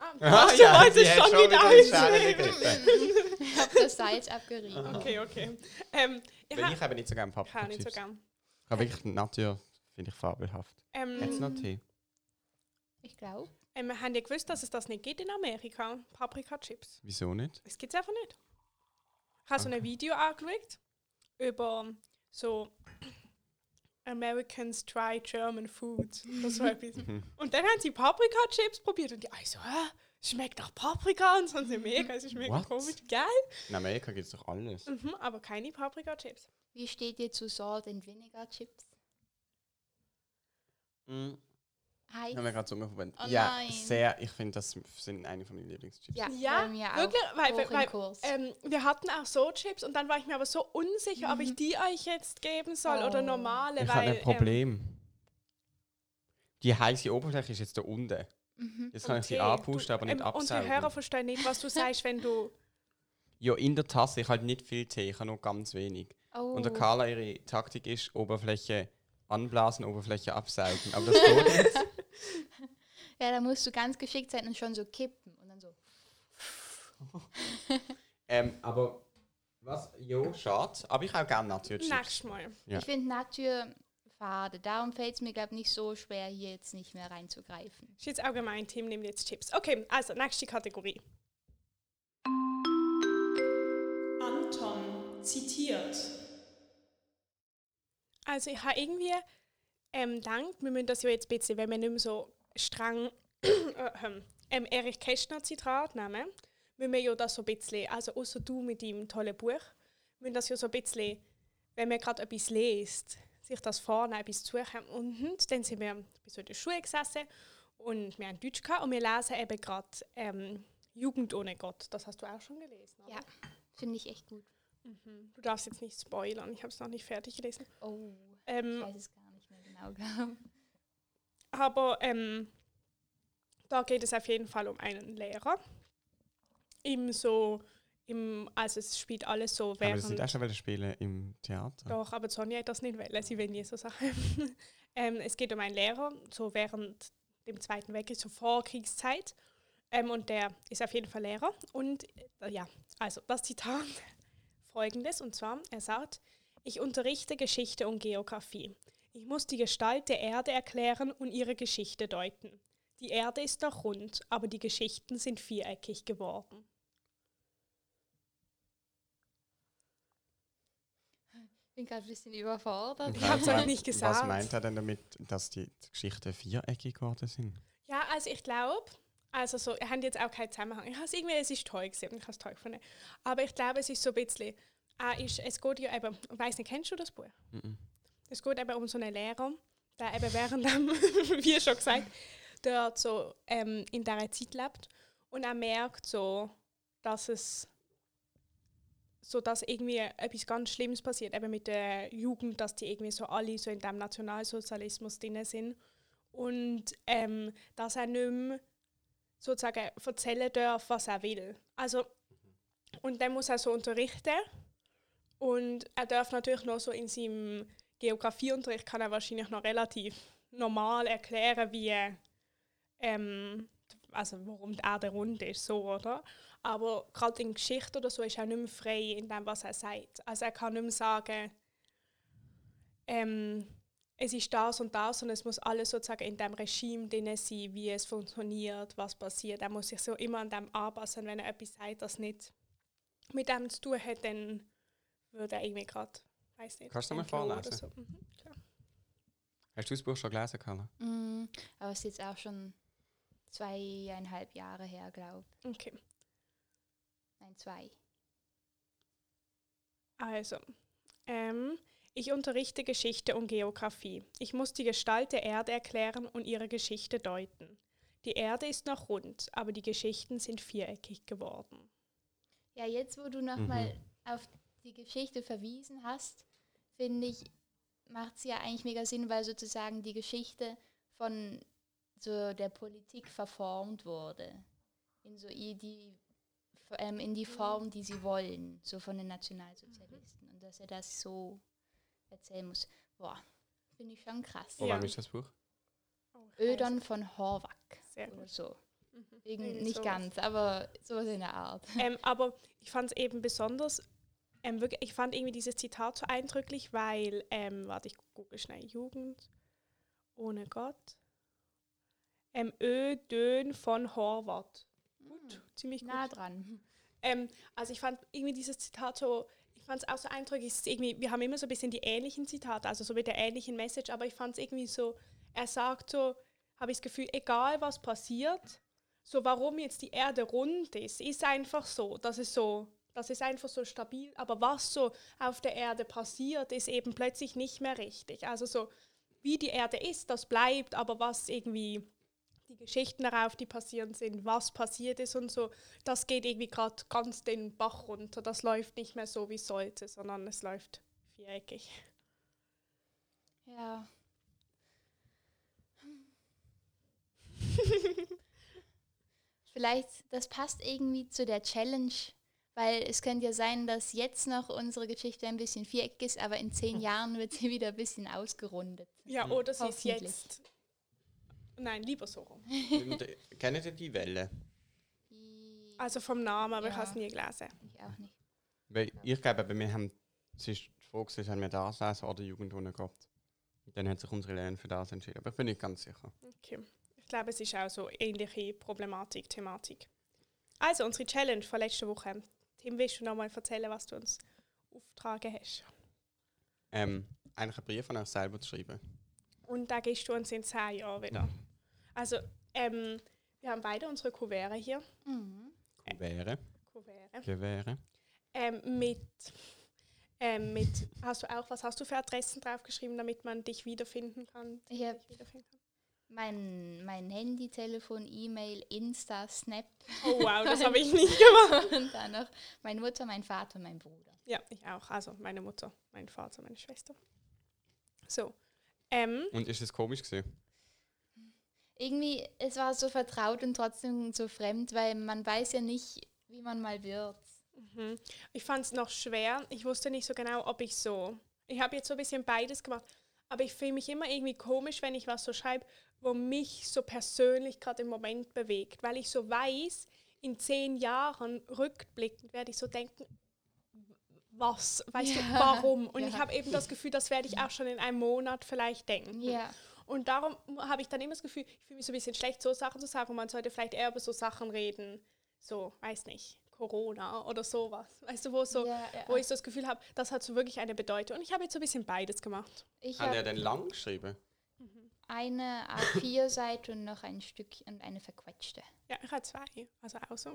A: Ah,
C: (laughs) Ah,
A: du wolltest
C: sie hat
A: schon wieder
C: eine Schale
A: eins.
C: gegriffen.
B: Ich habe das Salz abgerieben.
A: Okay, okay. Ähm, ich
C: Weil
A: ha
C: ich habe nicht so gerne
A: ich habe nicht
C: Paprika-Chips.
A: so
C: Ich
A: gern.
C: habe wirklich Natur, finde ich fabelhaft. Jetzt
A: Ähm,
C: noch Tee.
B: Ich glaube.
A: ähm, haben ihr gewusst, dass es das nicht gibt in Amerika? Paprika-Chips.
C: Wieso nicht?
A: Es gibt es einfach nicht. Ich habe so ein Video angeschaut über so Americans try German food oder
C: (laughs)
A: so etwas.
C: Mhm.
A: Und dann haben sie Paprika-Chips probiert und die alle so, hä? Schmeckt nach Paprika und so und sie mega, es ist mega
C: What?
A: komisch, gell?
C: In Amerika gibt es doch alles.
A: Mhm, aber keine Paprika-Chips.
B: Wie steht ihr zu Salt and Vinegar Chips?
A: Mm.
C: Mhm.
B: Hi.
C: Haben wir gerade so umgefunden.
B: Oh
C: ja,
B: nein.
C: sehr. Ich finde, das sind eine von meinen Lieblingschips.
B: Ja,
A: Ja,
B: bei mir auch.
A: wirklich, weil-
B: Hoch im
A: weil-
B: Kurs.
A: Ähm, wir hatten auch so Chips und dann war ich mir aber so unsicher, ob ich die euch jetzt geben soll oder
B: Mhm. Oh.
A: normale.
C: Ich habe
A: weil, ähm,
C: ein Problem. die heiße Oberfläche ist jetzt da unten.
B: Mhm.
C: Jetzt
A: Ähm,
C: kann ich sie
A: Tee.
C: anpusten,
A: Du-
C: aber nicht
A: ähm,
C: absaugen.
A: Unsere Hörer verstehen nicht, was
B: (laughs)
A: du sagst, wenn du.
C: Ja, in der Tasse. Ich habe nicht viel Tee, ich habe nur ganz wenig.
B: Oh.
C: Und der Carla, ihre Taktik ist, Oberfläche anblasen, Oberfläche absaugen. Aber das
A: (laughs)
C: geht nicht.
B: Ja, da musst du ganz geschickt sein und schon so kippen. Und dann so.
C: Ähm, aber was? Jo, schade. Aber ich auch gerne Naturchips.
A: Nächstes Mal.
C: Ja.
B: Ich finde Natur fade. Darum fällt es mir, glaube ich, nicht so schwer, hier jetzt nicht mehr reinzugreifen.
A: Ist jetzt allgemein, Team nimmt jetzt Chips. Okay, also nächste Kategorie. Anton zitiert. Also ich habe irgendwie ähm, gedacht, wir müssen das ja jetzt ein bisschen, (clears throat) äh, wenn wir nicht mehr so streng ähm, Erich Kästner Zitat nehmen, müssen wir ja das so ein bisschen, also außer du mit deinem tollen Buch, müssen das ja so ein bisschen, wenn man gerade etwas liest, sich das vorne etwas suchen. Und dann sind wir bis in der Schule gesessen und wir haben Deutsch gehabt und wir lesen eben gerade ähm, Jugend ohne Gott. Das hast du auch schon gelesen, oder?
B: Ja. Finde ich echt gut.
A: Mhm. Du darfst jetzt nicht spoilern, ich habe es noch nicht fertig gelesen.
B: Oh, ich
A: Ähm,
B: weiß es gar nicht mehr genau, (laughs) glaube
A: Aber ähm, da geht es auf jeden Fall um einen Lehrer. Im so, im, also es spielt alles so
C: Aber das sind auch
A: während.
C: schon welche Spiele im Theater.
A: Doch, aber Sonja hat das nicht wollen, sie will nie so Sachen. (laughs) ähm, es geht um einen Lehrer, so während dem Zweiten Weltkrieg, so vor Kriegszeit. Ähm, und der ist auf jeden Fall Lehrer. Und äh, ja, also das Zitat (laughs) folgendes, und zwar, er sagt, ich unterrichte Geschichte und Geografie. Ich muss die Gestalt der Erde erklären und ihre Geschichte deuten. Die Erde ist doch rund, aber die Geschichten sind viereckig geworden.
B: Ich bin gerade ein bisschen überfordert.
A: Ich
B: (laughs)
A: hab's euch
C: Was-
A: nicht
C: Was
A: gesagt.
C: meint er denn damit, dass die Geschichten viereckig geworden sind?
A: Ja, also ich glaube, also so, wir haben jetzt auch keinen Zusammenhang. Ich habe es irgendwie, es ist toll gesehen, ich habe es toll gefunden. Aber ich glaube, es ist so ein bisschen, äh, ist, es geht ja eben, ich weiss nicht, kennst du das Buch? Es geht eben um so einen Lehrer, der eben während dem, (laughs) wie schon gesagt, dort so ähm, in dieser Zeit lebt und er merkt so, dass es so dass irgendwie etwas ganz Schlimmes passiert, eben mit der Jugend, dass die irgendwie so alle so in dem Nationalsozialismus drin sind und ähm, dass er nicht mehr sozusagen erzählen darf, was er will. Also, und dann muss er so unterrichten und er darf natürlich noch so in seinem Geografieunterricht kann er wahrscheinlich noch relativ normal erklären, wie ähm, also warum die Erde rund ist, so, oder? Aber gerade in Geschichte oder so ist er nicht mehr frei in dem, was er sagt. Also er kann nicht mehr sagen, ähm, es ist das und das und es muss alles sozusagen in dem Regime drin sein, wie es funktioniert, was passiert. Er muss sich so immer an dem anpassen, wenn er etwas sagt, das nicht mit dem zu tun hat, dann würde er irgendwie gerade, weiß nicht.
C: Kannst du noch mal
A: entlassen oder
C: vorlesen?
A: so. Mhm, klar.
C: Hast du das Buch schon gelesen, Carla?
B: Mm, aber es ist jetzt auch schon zweieinhalb Jahre her, glaube ich.
A: Okay.
B: Nein, zwei.
A: Also, ähm, ich unterrichte Geschichte und Geografie. Ich muss die Gestalt der Erde erklären und ihre Geschichte deuten. Die Erde ist noch rund, aber die Geschichten sind viereckig geworden.
B: Ja, jetzt, wo du
C: Mhm.
B: nochmal auf die Geschichte verwiesen hast, finde ich, macht es ja eigentlich mega Sinn, weil sozusagen die Geschichte von so der Politik verformt wurde. In so i- die, f- ähm, in die Form, die sie wollen, so von den Nationalsozialisten. Und dass er das so erzählen muss. Boah, finde ich schon krass.
C: Von
A: Ja.
C: wem ist das (laughs) Buch?
B: Ödern von Horvath
A: Sehr
B: oder
A: gut.
B: so.
A: Mhm.
B: Wegen,
A: Irgendwie
B: nicht
A: sowas.
B: ganz, aber sowas in der Art.
A: ähm, aber ich fand es eben besonders, ähm, wirklich, ich fand irgendwie dieses Zitat so eindrücklich, weil, ähm, warte, ich google schnell, Jugend ohne Gott. Ähm, Ö, Dön von Horvath. Gut, ziemlich gut.
B: Nah dran.
A: Ähm, also ich fand irgendwie dieses Zitat so, ich fand es auch so eindrücklich, es ist irgendwie, wir haben immer so ein bisschen die ähnlichen Zitate, also so mit der ähnlichen Message, aber ich fand es irgendwie so, er sagt so, habe ich das Gefühl, egal was passiert, so warum jetzt die Erde rund ist, ist einfach so, das ist so, das ist einfach so stabil, aber was so auf der Erde passiert, ist eben plötzlich nicht mehr richtig. Also so, wie die Erde ist, das bleibt, aber was irgendwie die Geschichten darauf, die passieren sind, was passiert ist und so, das geht irgendwie gerade ganz den Bach runter. Das läuft nicht mehr so, wie es sollte, sondern es läuft viereckig. (laughs)
B: Ja. Vielleicht, das passt irgendwie zu der Challenge, weil es könnte ja sein, dass jetzt noch unsere Geschichte ein bisschen viereckig ist, aber in
A: Hm.
B: zehn Jahren wird sie (laughs) wieder ein bisschen ausgerundet.
A: Ja, oder sie ist
B: Hoffentlich.
A: jetzt. Nein, lieber so rum.
C: Kennt ihr die Welle?
B: Die-
A: Also vom Namen, aber ich
B: Ja.
A: habe es nie gelesen.
B: ich auch nicht.
C: Weil ich glaube, eben, wir haben, es ist vorgesehen, haben wir das lesen oder Jugend ohne Gott. Und Dann hat sich unsere Lehrerin für das entschieden. Aber ich bin nicht ganz sicher.
A: Okay. Ich glaube, es ist auch so ähnliche Problematik, Thematik. Also unsere Challenge von letzter Woche. Tim, willst du nochmal erzählen, was du uns auftragen hast?
C: Ähm, eigentlich einen Brief an euch selber zu schreiben.
A: Und da gehst du uns in zehn Jahren wieder. Also, ähm, wir haben beide unsere Kuvere hier.
B: Mhm.
C: Wäre. Gewehre.
A: Ähm, mit, ähm, mit, hast du auch, was hast du für Adressen draufgeschrieben, damit man dich wiederfinden kann?
B: Ich habe
A: Dich wiederfinden kann?
B: mein, mein Handy, Telefon, E-Mail, Insta,
A: (laughs)
B: Snap
A: Oh wow, das habe ich nicht gemacht.
B: und dann noch meine Mutter, mein Vater und mein Bruder.
A: Ja, ich auch. Also meine Mutter, mein Vater, meine Schwester. So. Ähm,
C: Und ist es komisch gewesen?
B: Irgendwie, es war so vertraut und trotzdem so fremd, weil man weiß ja nicht, wie man mal wird.
A: Mhm. Ich fand es noch schwer. Ich wusste nicht so genau, ob ich so. Ich habe jetzt so ein bisschen beides gemacht. Aber ich fühle mich immer irgendwie komisch, wenn ich was so schreibe, wo mich so persönlich gerade im Moment bewegt. Weil ich so weiß, in zehn Jahren rückblickend werde ich so denken, was, weißt du,
B: Ja.
A: warum? Und ich
B: Ja.
A: habe eben das Gefühl, das werde ich auch schon in einem Monat vielleicht denken.
B: Ja,
A: Und darum habe ich dann immer das Gefühl, ich fühle mich so ein bisschen schlecht, so Sachen zu sagen. Und man sollte vielleicht eher über so Sachen reden, so, weiß nicht, Corona oder sowas. Weißt du, wo, so,
B: ja, ja.
A: wo ich so das Gefühl habe, das hat so wirklich eine Bedeutung. Und ich habe jetzt so ein bisschen beides gemacht.
B: ich
C: Haben die ja
B: habe
C: dann lang geschrieben?
B: eine A4-Seite und noch ein Stück und eine verquetschte.
A: Ja, ich habe zwei. Also auch so.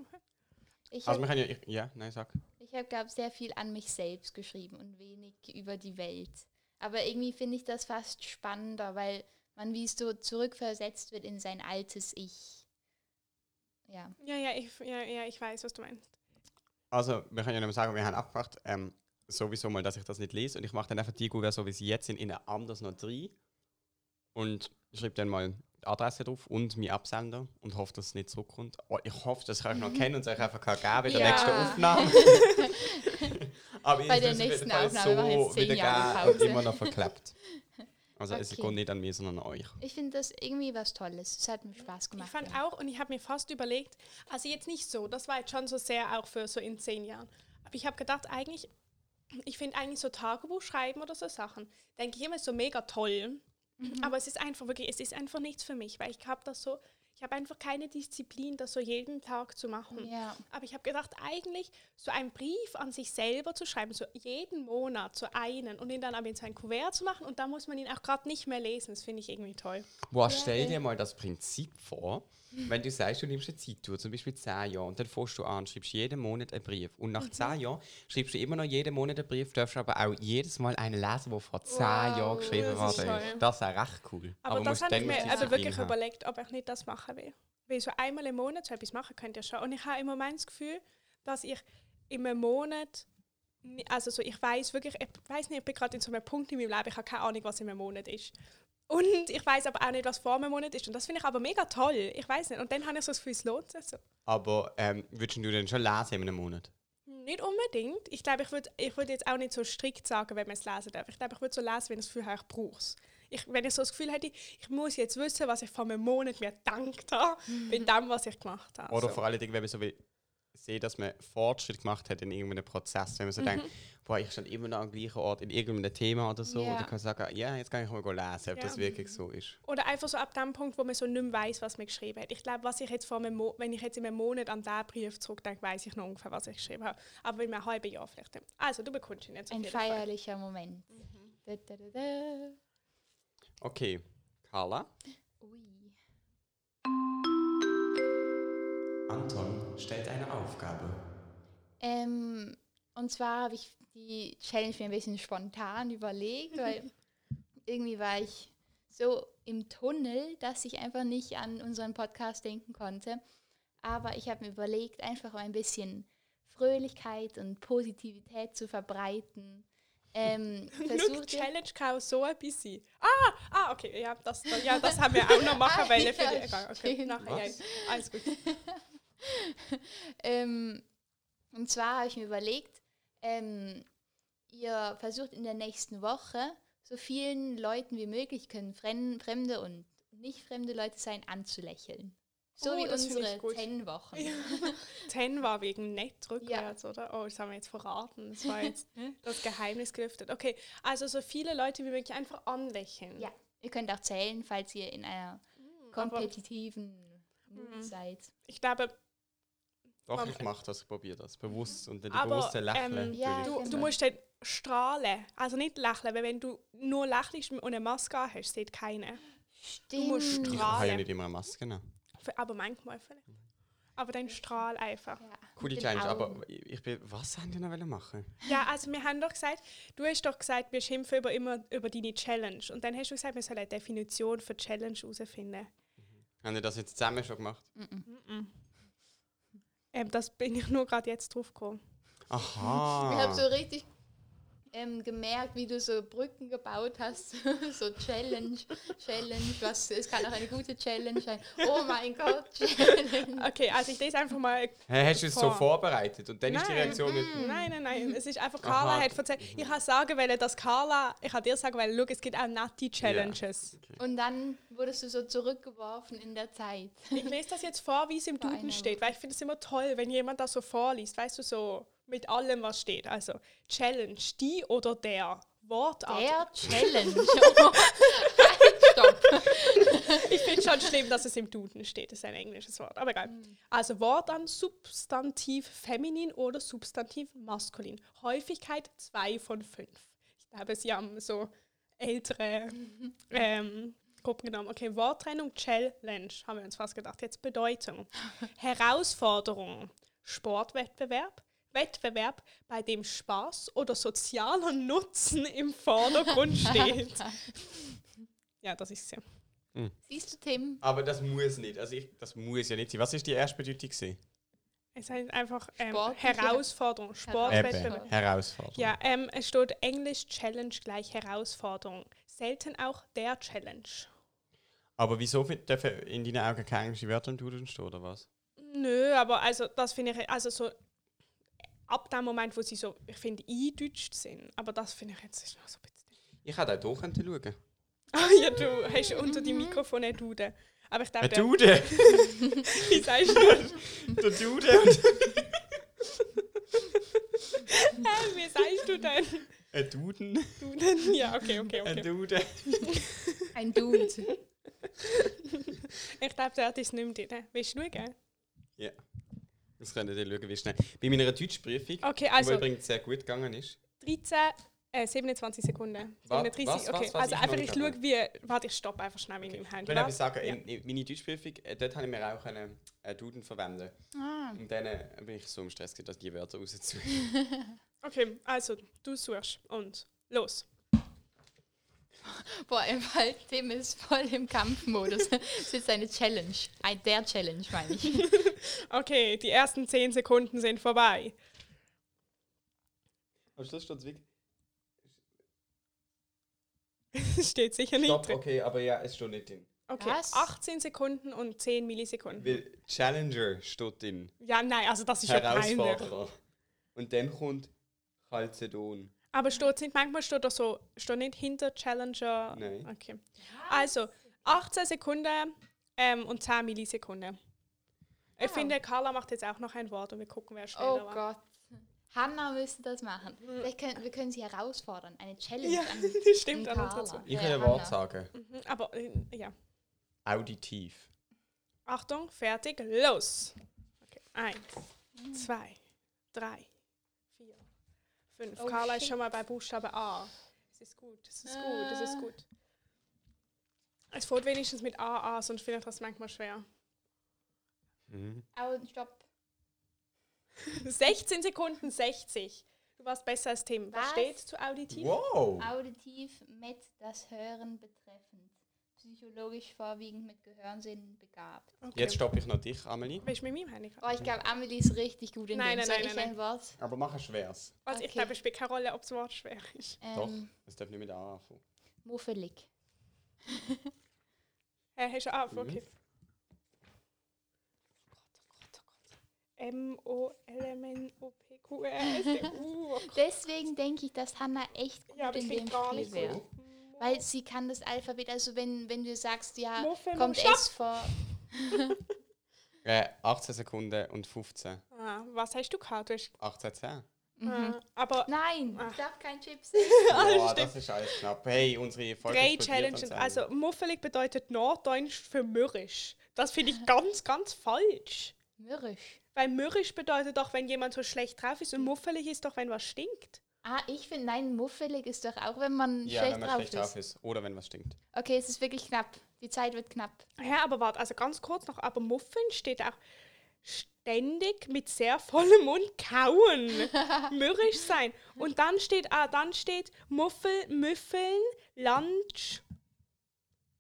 B: Ich
C: Also
B: habe,
C: wir können ja... ich- Ja, nein, sag.
B: ich hab, glaube sehr viel an mich selbst geschrieben und wenig über die Welt. Aber irgendwie finde ich das fast spannender, weil man wie so zurückversetzt wird in sein altes Ich. Ja.
A: Ja, ja, ich, ja, ja, ich weiß, was du meinst.
C: Also, wir können ja nicht sagen, wir haben abgemacht, ähm, sowieso mal, dass ich das nicht lese. Und ich mache dann einfach die Gouverne, so wie sie jetzt sind, in ein anderes noch rein. Und schreibe dann mal die Adresse drauf und meinen Absender und hoffe, dass es nicht zurückkommt. Oh, ich hoffe, dass ich euch noch kenne und es euch einfach kann geben in
B: Ja.
C: der nächsten
B: (laughs)
C: Aufnahme. Aber
B: Bei
C: ich
B: der
C: muss es auf jeden
B: nächsten
C: Fall
B: Aufnahme machen wir jetzt zehn Jahre
C: wiedergeben und
B: Pause.
C: immer noch verklebt. Also es
B: Okay.
C: geht nicht an mich, sondern an euch.
B: Ich finde das irgendwie was Tolles. Es hat mir Spaß gemacht.
A: Ich fand
B: ja.
A: auch, und ich habe mir fast überlegt, also jetzt nicht so, das war jetzt schon so sehr auch für so in zehn Jahren. Aber ich habe gedacht, eigentlich, ich finde eigentlich so Tagebuch schreiben oder so Sachen, denke ich immer ist so mega toll.
B: Mhm.
A: Aber es ist einfach wirklich, es ist einfach nichts für mich, weil ich habe das so, ich habe einfach keine Disziplin, das so jeden Tag zu machen.
B: Ja.
A: Aber ich habe gedacht, eigentlich so einen Brief an sich selber zu schreiben, so jeden Monat, so einen, und ihn dann aber in so ein Kuvert zu machen und da muss man ihn auch gerade nicht mehr lesen, das finde ich irgendwie toll.
C: Boah, stell dir mal das Prinzip vor, wenn du sagst, du nimmst eine Zeittour, zum Beispiel 10 Jahre, und dann fährst du an, schreibst jeden Monat einen Brief. Und
A: Mhm.
C: nach 10 Jahren schreibst du immer noch jeden Monat einen Brief, darfst aber auch jedes Mal einen lesen, der vor 10 Jahren geschrieben
A: das ist
C: worden ist.
A: toll.
C: Das wäre recht cool.
A: Aber, das
C: musst
A: habe ich
C: dann
A: mir
C: mit
A: also
C: Disziplin
A: wirklich
C: haben.
A: überlegt, ob ich nicht das machen will. Weil so einmal im Monat so etwas machen könnt ihr schon. Und ich habe im Moment das Gefühl, dass ich im Monat, ni- also so, ich weiß wirklich, ich weiß nicht, ich bin gerade in so einem Punkt in meinem Leben, ich habe keine Ahnung, was im Monat ist. Und ich weiß aber auch nicht, was vor einem Monat ist. Und das finde ich aber mega toll. Ich weiß nicht. Und dann habe ich so das Gefühl, es lohnt sich so.
C: Aber ähm, würdest du denn schon lesen in einem Monat?
A: Nicht unbedingt. Ich glaube, ich würde ich würd jetzt auch nicht so strikt sagen, wenn man es lesen darf. Ich glaube, ich würde so lesen, wenn ich das Gefühl habe, ich brauche es. Ich, wenn ich so das Gefühl hätte, ich muss jetzt wissen, was ich vor einem Monat mir gedankt habe, bei dem, was ich gemacht habe.
C: Oder
A: so.
C: vor allen Dingen, wenn man so will, sehen, dass man Fortschritt gemacht hat in irgendeinem Prozess. Wenn man so
A: Mhm.
C: denkt, boah, ich stand immer noch am gleichen Ort in irgendeinem Thema oder so.
B: Ja.
C: Und ich kann sagen, ja, jetzt kann ich mal lesen, ob das
A: Ja.
C: wirklich so ist.
A: Oder einfach so ab dem Punkt, wo man so nicht mehr weiss, was man geschrieben hat. Ich glaube, was ich jetzt vor einem Mo wenn ich jetzt in einem Monat an diesen Brief zurückdenke, weiß ich noch ungefähr, was ich geschrieben habe. Aber in einem halben Jahr vielleicht. nicht. Also, du bekommst ihn jetzt auf
B: Ein
A: jeden Fall. Mhm.
B: feierlicher Moment. Da, da, da, da.
C: Okay, Carla.
B: Ui.
C: Anton stellt eine Aufgabe.
B: Ähm, und zwar habe ich die Challenge mir ein bisschen spontan
A: (laughs)
B: überlegt, weil irgendwie war ich so im Tunnel, dass ich einfach nicht an unseren Podcast denken konnte. Aber ich habe mir überlegt, einfach mal ein bisschen Fröhlichkeit und Positivität zu verbreiten. Ähm,
A: Schau, die
B: versucht ihr-
A: Challenge kann auch so etwas sein. Ah, ah okay, ja, das, ja, das haben wir auch noch machen
B: (laughs) Ah,
A: wollen. Für
B: ja,
A: die, egal, okay,
B: stimmt.
A: nachher, ja,
C: Was?
A: alles gut.
B: Ähm, und zwar habe ich mir überlegt, ähm, ihr versucht in der nächsten Woche so vielen Leuten wie möglich können fren- fremde und nicht fremde Leute sein anzulächeln. So
A: Oh,
B: wie
A: das finde ich
B: unsere
A: gut.
B: zehn Wochen.
A: Ten war wegen nett rückwärts, oder? Oh, das haben wir jetzt verraten. Das
B: (laughs)
A: war jetzt das Geheimnis gelüftet. Okay, also so viele Leute wie möglich einfach anlächeln.
B: Ja. Ihr könnt auch zählen, falls ihr in einer
A: Mm,
B: kompetitiven Mut seid.
A: Ich glaube,
C: Doch,
A: Man-
C: ich mache das, ich probiere das. Bewusst und dann die
A: Aber,
C: bewusste
A: ähm,
C: Lächeln.
B: Ja,
C: natürlich.
A: du,
B: genau.
A: du musst dann strahlen. Also nicht lächeln, weil wenn du nur lächelst und eine Maske hast, sieht keiner.
B: Stimmt.
A: musst
C: ich
A: strahlen.
C: habe ja nicht immer eine Maske. ne?
A: Für- Aber manchmal vielleicht. aber dann strahl einfach.
B: Ja, Genau. mit
C: Coole
B: den
C: Challenge,
B: Augen.
C: aber ich ich bin, was haben die noch wollen machen?
A: Ja, also wir haben doch gesagt, du hast doch gesagt, wir schimpfen über, immer über deine Challenge. Und dann hast du gesagt, wir sollen eine Definition für Challenge herausfinden.
C: Haben die das jetzt zusammen schon gemacht?
A: Ähm, das bin ich nur gerade jetzt drauf gekommen. (laughs)
C: Aha.
B: Ich
C: Ah.
B: habe so richtig ähm, gemerkt, wie du so Brücken gebaut hast. (laughs) so Challenge, Challenge, was, es kann auch eine gute Challenge sein. Oh mein Gott, Challenge.
A: Okay, also ich lese einfach mal.
C: Hä, hast du es so
A: Vor-
C: vorbereitet? Und dann ist die
A: Nein. Mm.
C: Reaktion nicht.
A: Nein, nein, nein. Es ist einfach,
C: Aha.
A: Carla hat erzählt. Ich habe sagen wollen, dass Carla, ich habe dir sagen wollen, schau, es gibt auch nette Challenges.
B: Und dann wurdest du so zurückgeworfen in der Zeit.
A: Ich lese das jetzt vor, wie es im
B: Vor
A: Duden
B: einer
A: steht, weil ich finde es immer toll, wenn jemand das so vorliest, weißt du, so mit allem, was steht. Also Challenge, die oder der. Wortart.
B: Der Challenge. (laughs) Oh, halt, Stopp.
A: Ich finde schon schlimm, dass es im Duden steht. Das ist ein englisches Wort, aber egal. Also Wort an Substantiv feminin oder Substantiv maskulin. Häufigkeit 2 von 5. Ich glaube, sie haben so ältere ähm, Gruppen genommen. Okay, Worttrennung Challenge, haben wir uns fast gedacht. Jetzt Bedeutung. Herausforderung. Sportwettbewerb. Wettbewerb, bei dem Spaß oder sozialer Nutzen im Vordergrund steht. ja, das ist sie.
B: Siehst du, Tim?
C: Aber das muss nicht. Also ich, das muss ja nicht sein. Was ist die erste Bedeutung? gewesen?
A: Es heißt einfach ähm,
B: Sportliche
A: Herausforderung, Sportwettbewerb.
B: Eben.
C: Herausforderung.
A: Ja, ähm, es steht Englisch Challenge gleich Herausforderung. Selten auch der Challenge.
C: Aber wieso wird- dürfen in deinen Augen keine englischen Wörter im Duden stehen, oder was?
A: Nö, aber also das finde ich, also so ab dem Moment, wo sie so, ich finde, eingedeutscht sind, aber das finde ich jetzt ist noch so ein bisschen...
C: Ich hätte auch hier schauen können.
A: (laughs) Ah ja, du hast unter die Mikrofone Duden. Aber ich
C: Ein
A: denke,
C: Duden!
A: wie sagst du, (laughs)
C: (laughs) Der Duden!
A: Äh, wie sagst du denn?
C: Ein Duden!
A: Duden? Ja, okay, okay,
C: Ein
A: okay.
C: Duden!
B: Ein Dude.
A: Ich glaube, der hat es nicht mehr drin. Willst du schauen?
C: Ja. Das könnt ihr dann schauen, wie schnell. Bei meiner Deutschprüfung,
A: Okay,
C: die
A: also...
C: übrigens sehr gut gegangen ist.
A: 13, äh, 27 Sekunden.
C: Wa-
A: 37,
C: was, was,
A: okay.
C: was?
A: also
C: Ich
A: einfach,
C: noch
A: ich
C: nicht
A: schaue,
C: dabei.
A: wie. Warte, ich stoppe einfach schnell mit meinem
C: Ich
A: Handy.
C: will etwas
A: Was?
C: sagen,
A: Ja.
C: in- in- meine Deutschprüfung, äh, dort habe ich mir auch einen äh, Duden verwenden.
B: Ah,
C: Und dann äh, bin ich so im Stress, gewesen, dass die Wörter rauszuholen.
A: (laughs) Okay, also du suchst und los.
B: vor allem, weil Tim ist voll im Kampfmodus. Es ist eine Challenge. Ein, der Challenge, meine ich.
A: Okay, die ersten 10 Sekunden sind vorbei. (laughs)
C: Am Schluss steht es wirklich.
A: Steht sicher nicht
C: Stopp,
A: drin.
C: okay, aber ja, es steht nicht drin.
A: Okay,
B: Was?
A: 18 Sekunden und 10 Millisekunden.
C: Weil Challenger steht drin.
A: Ja, nein, also das ist ja peinlich.
C: Herausforderer. Und dann kommt Chalcedon.
A: Aber steht nicht, manchmal steht doch so, steht nicht hinter Challenger.
C: Nein.
A: Ah. Okay. Also, 18 Sekunden ähm, und 10 Millisekunden. Ich finde, Carla macht jetzt auch noch ein Wort und wir gucken, wer schneller
B: Ah. Oh
A: war.
B: Gott. Hanna müsste das machen. Vielleicht können, wir können sie herausfordern. Eine Challenge
A: Ja,
B: (laughs) an
A: das stimmt.
B: an
A: An uns
B: Carla.
A: dazu.
C: Ich
B: Ja,
C: will ein
B: Hanna.
C: Wort sagen.
A: Mhm, Aber äh, ja.
C: Auditiv.
A: Achtung, fertig, los. Okay.
B: Mhm.
A: Eins, zwei, drei, vier, fünf.
B: Oh,
A: Carla ist
B: shit.
A: schon mal bei Buchstabe A. Es ist gut, es ist gut, es ist
B: Äh.
A: gut. Es fällt wenigstens mit A, A, sonst finde ich das manchmal schwer. (laughs)
B: Au, stopp.
A: 16 Sekunden 60. Du warst besser als Tim. Was,
B: Was?
A: steht zu auditiv?
C: Wow!
B: Auditiv mit das Hören betreffend. Psychologisch vorwiegend mit Gehörnsinn begabt.
A: Okay.
C: Jetzt stoppe ich noch dich, Amelie.
A: Willst du mit meinem Handy
B: Oh, ich glaube, Amelie ist richtig gut in
A: Nein,
B: dem.
A: nein,
B: Soll
A: nein,
B: ich
A: nein,
B: ein Wort?
C: Aber mach ein schweres.
A: Also ich
B: Okay.
A: glaube, es spielt keine Rolle, ob das Wort schwer ist.
C: Doch,
B: Ähm,
C: es darf nicht mit A anfangen.
B: muffelig.
A: Äh, hast du auf?
C: Mhm.
A: Okay. M-O-L-M-N-O-P-Q-R-S-U.
B: Deswegen denke ich, dass Hanna echt gut
A: Ja, aber
B: in
A: ich bin
B: dem
A: gar
B: Spiel
A: nicht
B: wäre.
A: so.
B: Weil sie kann das Alphabet, also wenn, wenn du sagst, ja,
A: Muffel,
B: kommt
A: Muffel,
B: S vor.
C: Äh, 18 Sekunden und 15.
A: Ah, was hast du gehabt? Du hast,
C: 18, 10.
A: ah, aber
B: Nein,
A: Ach.
B: ich darf kein Chips
C: Boah, das ist alles knapp. Hey, unsere Folge
A: drei
C: explodiert
A: Challenges.
C: anscheinend.
A: Also muffelig bedeutet Norddeutsch für mürrisch. Das finde ich ganz, ganz falsch.
B: Mürrisch.
A: Weil mürrisch bedeutet doch, wenn jemand so schlecht drauf ist und muffelig ist doch, wenn was stinkt.
B: Ah, ich finde, nein, muffelig ist doch auch, wenn man
C: Ja,
B: schlecht,
C: wenn man
B: drauf,
C: schlecht
B: ist.
C: drauf ist. Oder wenn was stinkt.
B: Okay, es ist wirklich knapp. Die Zeit wird knapp.
A: Ja, aber warte, also ganz kurz noch, aber Muffin steht auch. ständig mit sehr vollem Mund kauen, mürrisch sein. Und dann steht, ah, dann steht Muffel, Müffeln, Lunch,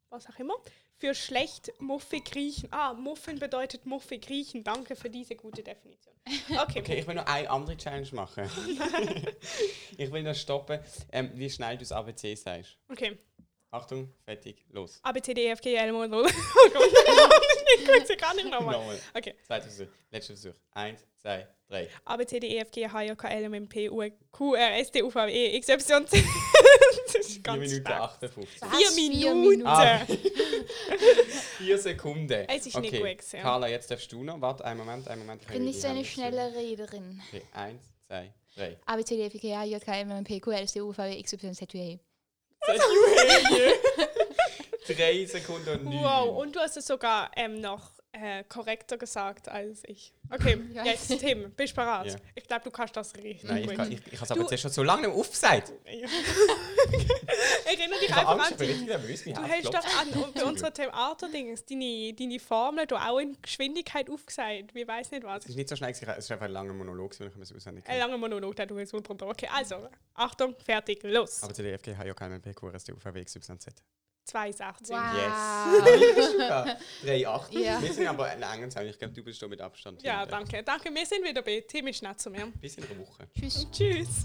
A: was auch immer, für schlecht muffig riechen. Ah, Muffeln bedeutet muffig riechen. Danke für diese gute Definition. Okay,
C: Okay, ich will noch eine andere Challenge machen. ich will noch stoppen, ähm, wie schnell du das ABC sagst.
A: okay.
C: Achtung, fertig, los.
A: A, B, C, D, E, F, G, L, M, N, O. (laughs) Oh Gott, ich krieg's ja gar nicht nochmal.
C: Nochmal.
A: Okay.
C: Zweiter Versuch, letzter Versuch. Eins, zwei, drei.
A: A, B, C, D, E, F, G, H, J, K, L, M, N, P, U, Q, R, S, T, U, V, E, X, Y, Z. (laughs) Das ist
C: 4
A: ganz
C: Minuten
A: stark.
C: 58.
A: Vier
B: Was?
A: Minuten.
C: Ah. (laughs) Vier Sekunden.
A: Es ist
C: okay.
A: nicht gut gewesen.
C: Carla, jetzt darfst du noch. Warte, einen Moment, einen Moment. Ich
B: Ich bin
C: will
B: nicht
C: die
B: so eine
C: Hände
B: schnelle Rederin.
C: schütteln. Okay, eins, zwei,
A: (laughs)
C: drei.
B: A, B, C, D, E, F, G, H, J, K, M, N, P, Q, R, S, T, U, V, E, X, Y, Z, Y.
C: Sag du hey. Drei Sekunden und neun.
A: Wow, und du hast es sogar ähm, noch äh, korrekter gesagt als ich. Okay,
B: (laughs) Ja.
A: jetzt Tim, bist du bereit?
C: Ja.
A: Ich glaube, du kannst das richtig
C: Nein, ich,
A: gut.
C: kann- ich, ich habe es aber
A: Du-
C: jetzt schon so lange nicht aufgesagt.
A: Ja. (laughs) Erinnere dich
C: Ich habe
A: einfach
C: Angst, ich
A: an
C: bin
A: die
C: richtig nervös. mein
A: Du
C: Herz
A: hast
C: klopft.
A: doch an, bei unserer Theaterdings deine, deine Formel du auch in Geschwindigkeit aufgesagt. Wir weiß nicht was. Äh,
C: Es ist nicht so schnell, gewesen, es ist einfach ein langer Monolog, gewesen, ich habe es auswendig
A: Ein
C: gelernt.
A: langer Monolog, der du jetzt runter. Okay, also, Achtung, fertig, los.
C: Aber der DFG hat ja keinen PQRS, der UVW, XYZ.
A: 2,16.
B: Wow.
C: Super. 3,8.
B: Ja.
C: Wir sind aber lang und Ich glaube, du bist schon mit Abstand.
A: Ja,
C: hinten.
A: danke, danke. Wir sind wieder bei Tim ist nett zu mir. (laughs)
C: Bis in einer Woche.
B: Tschüss.
A: Tschüss.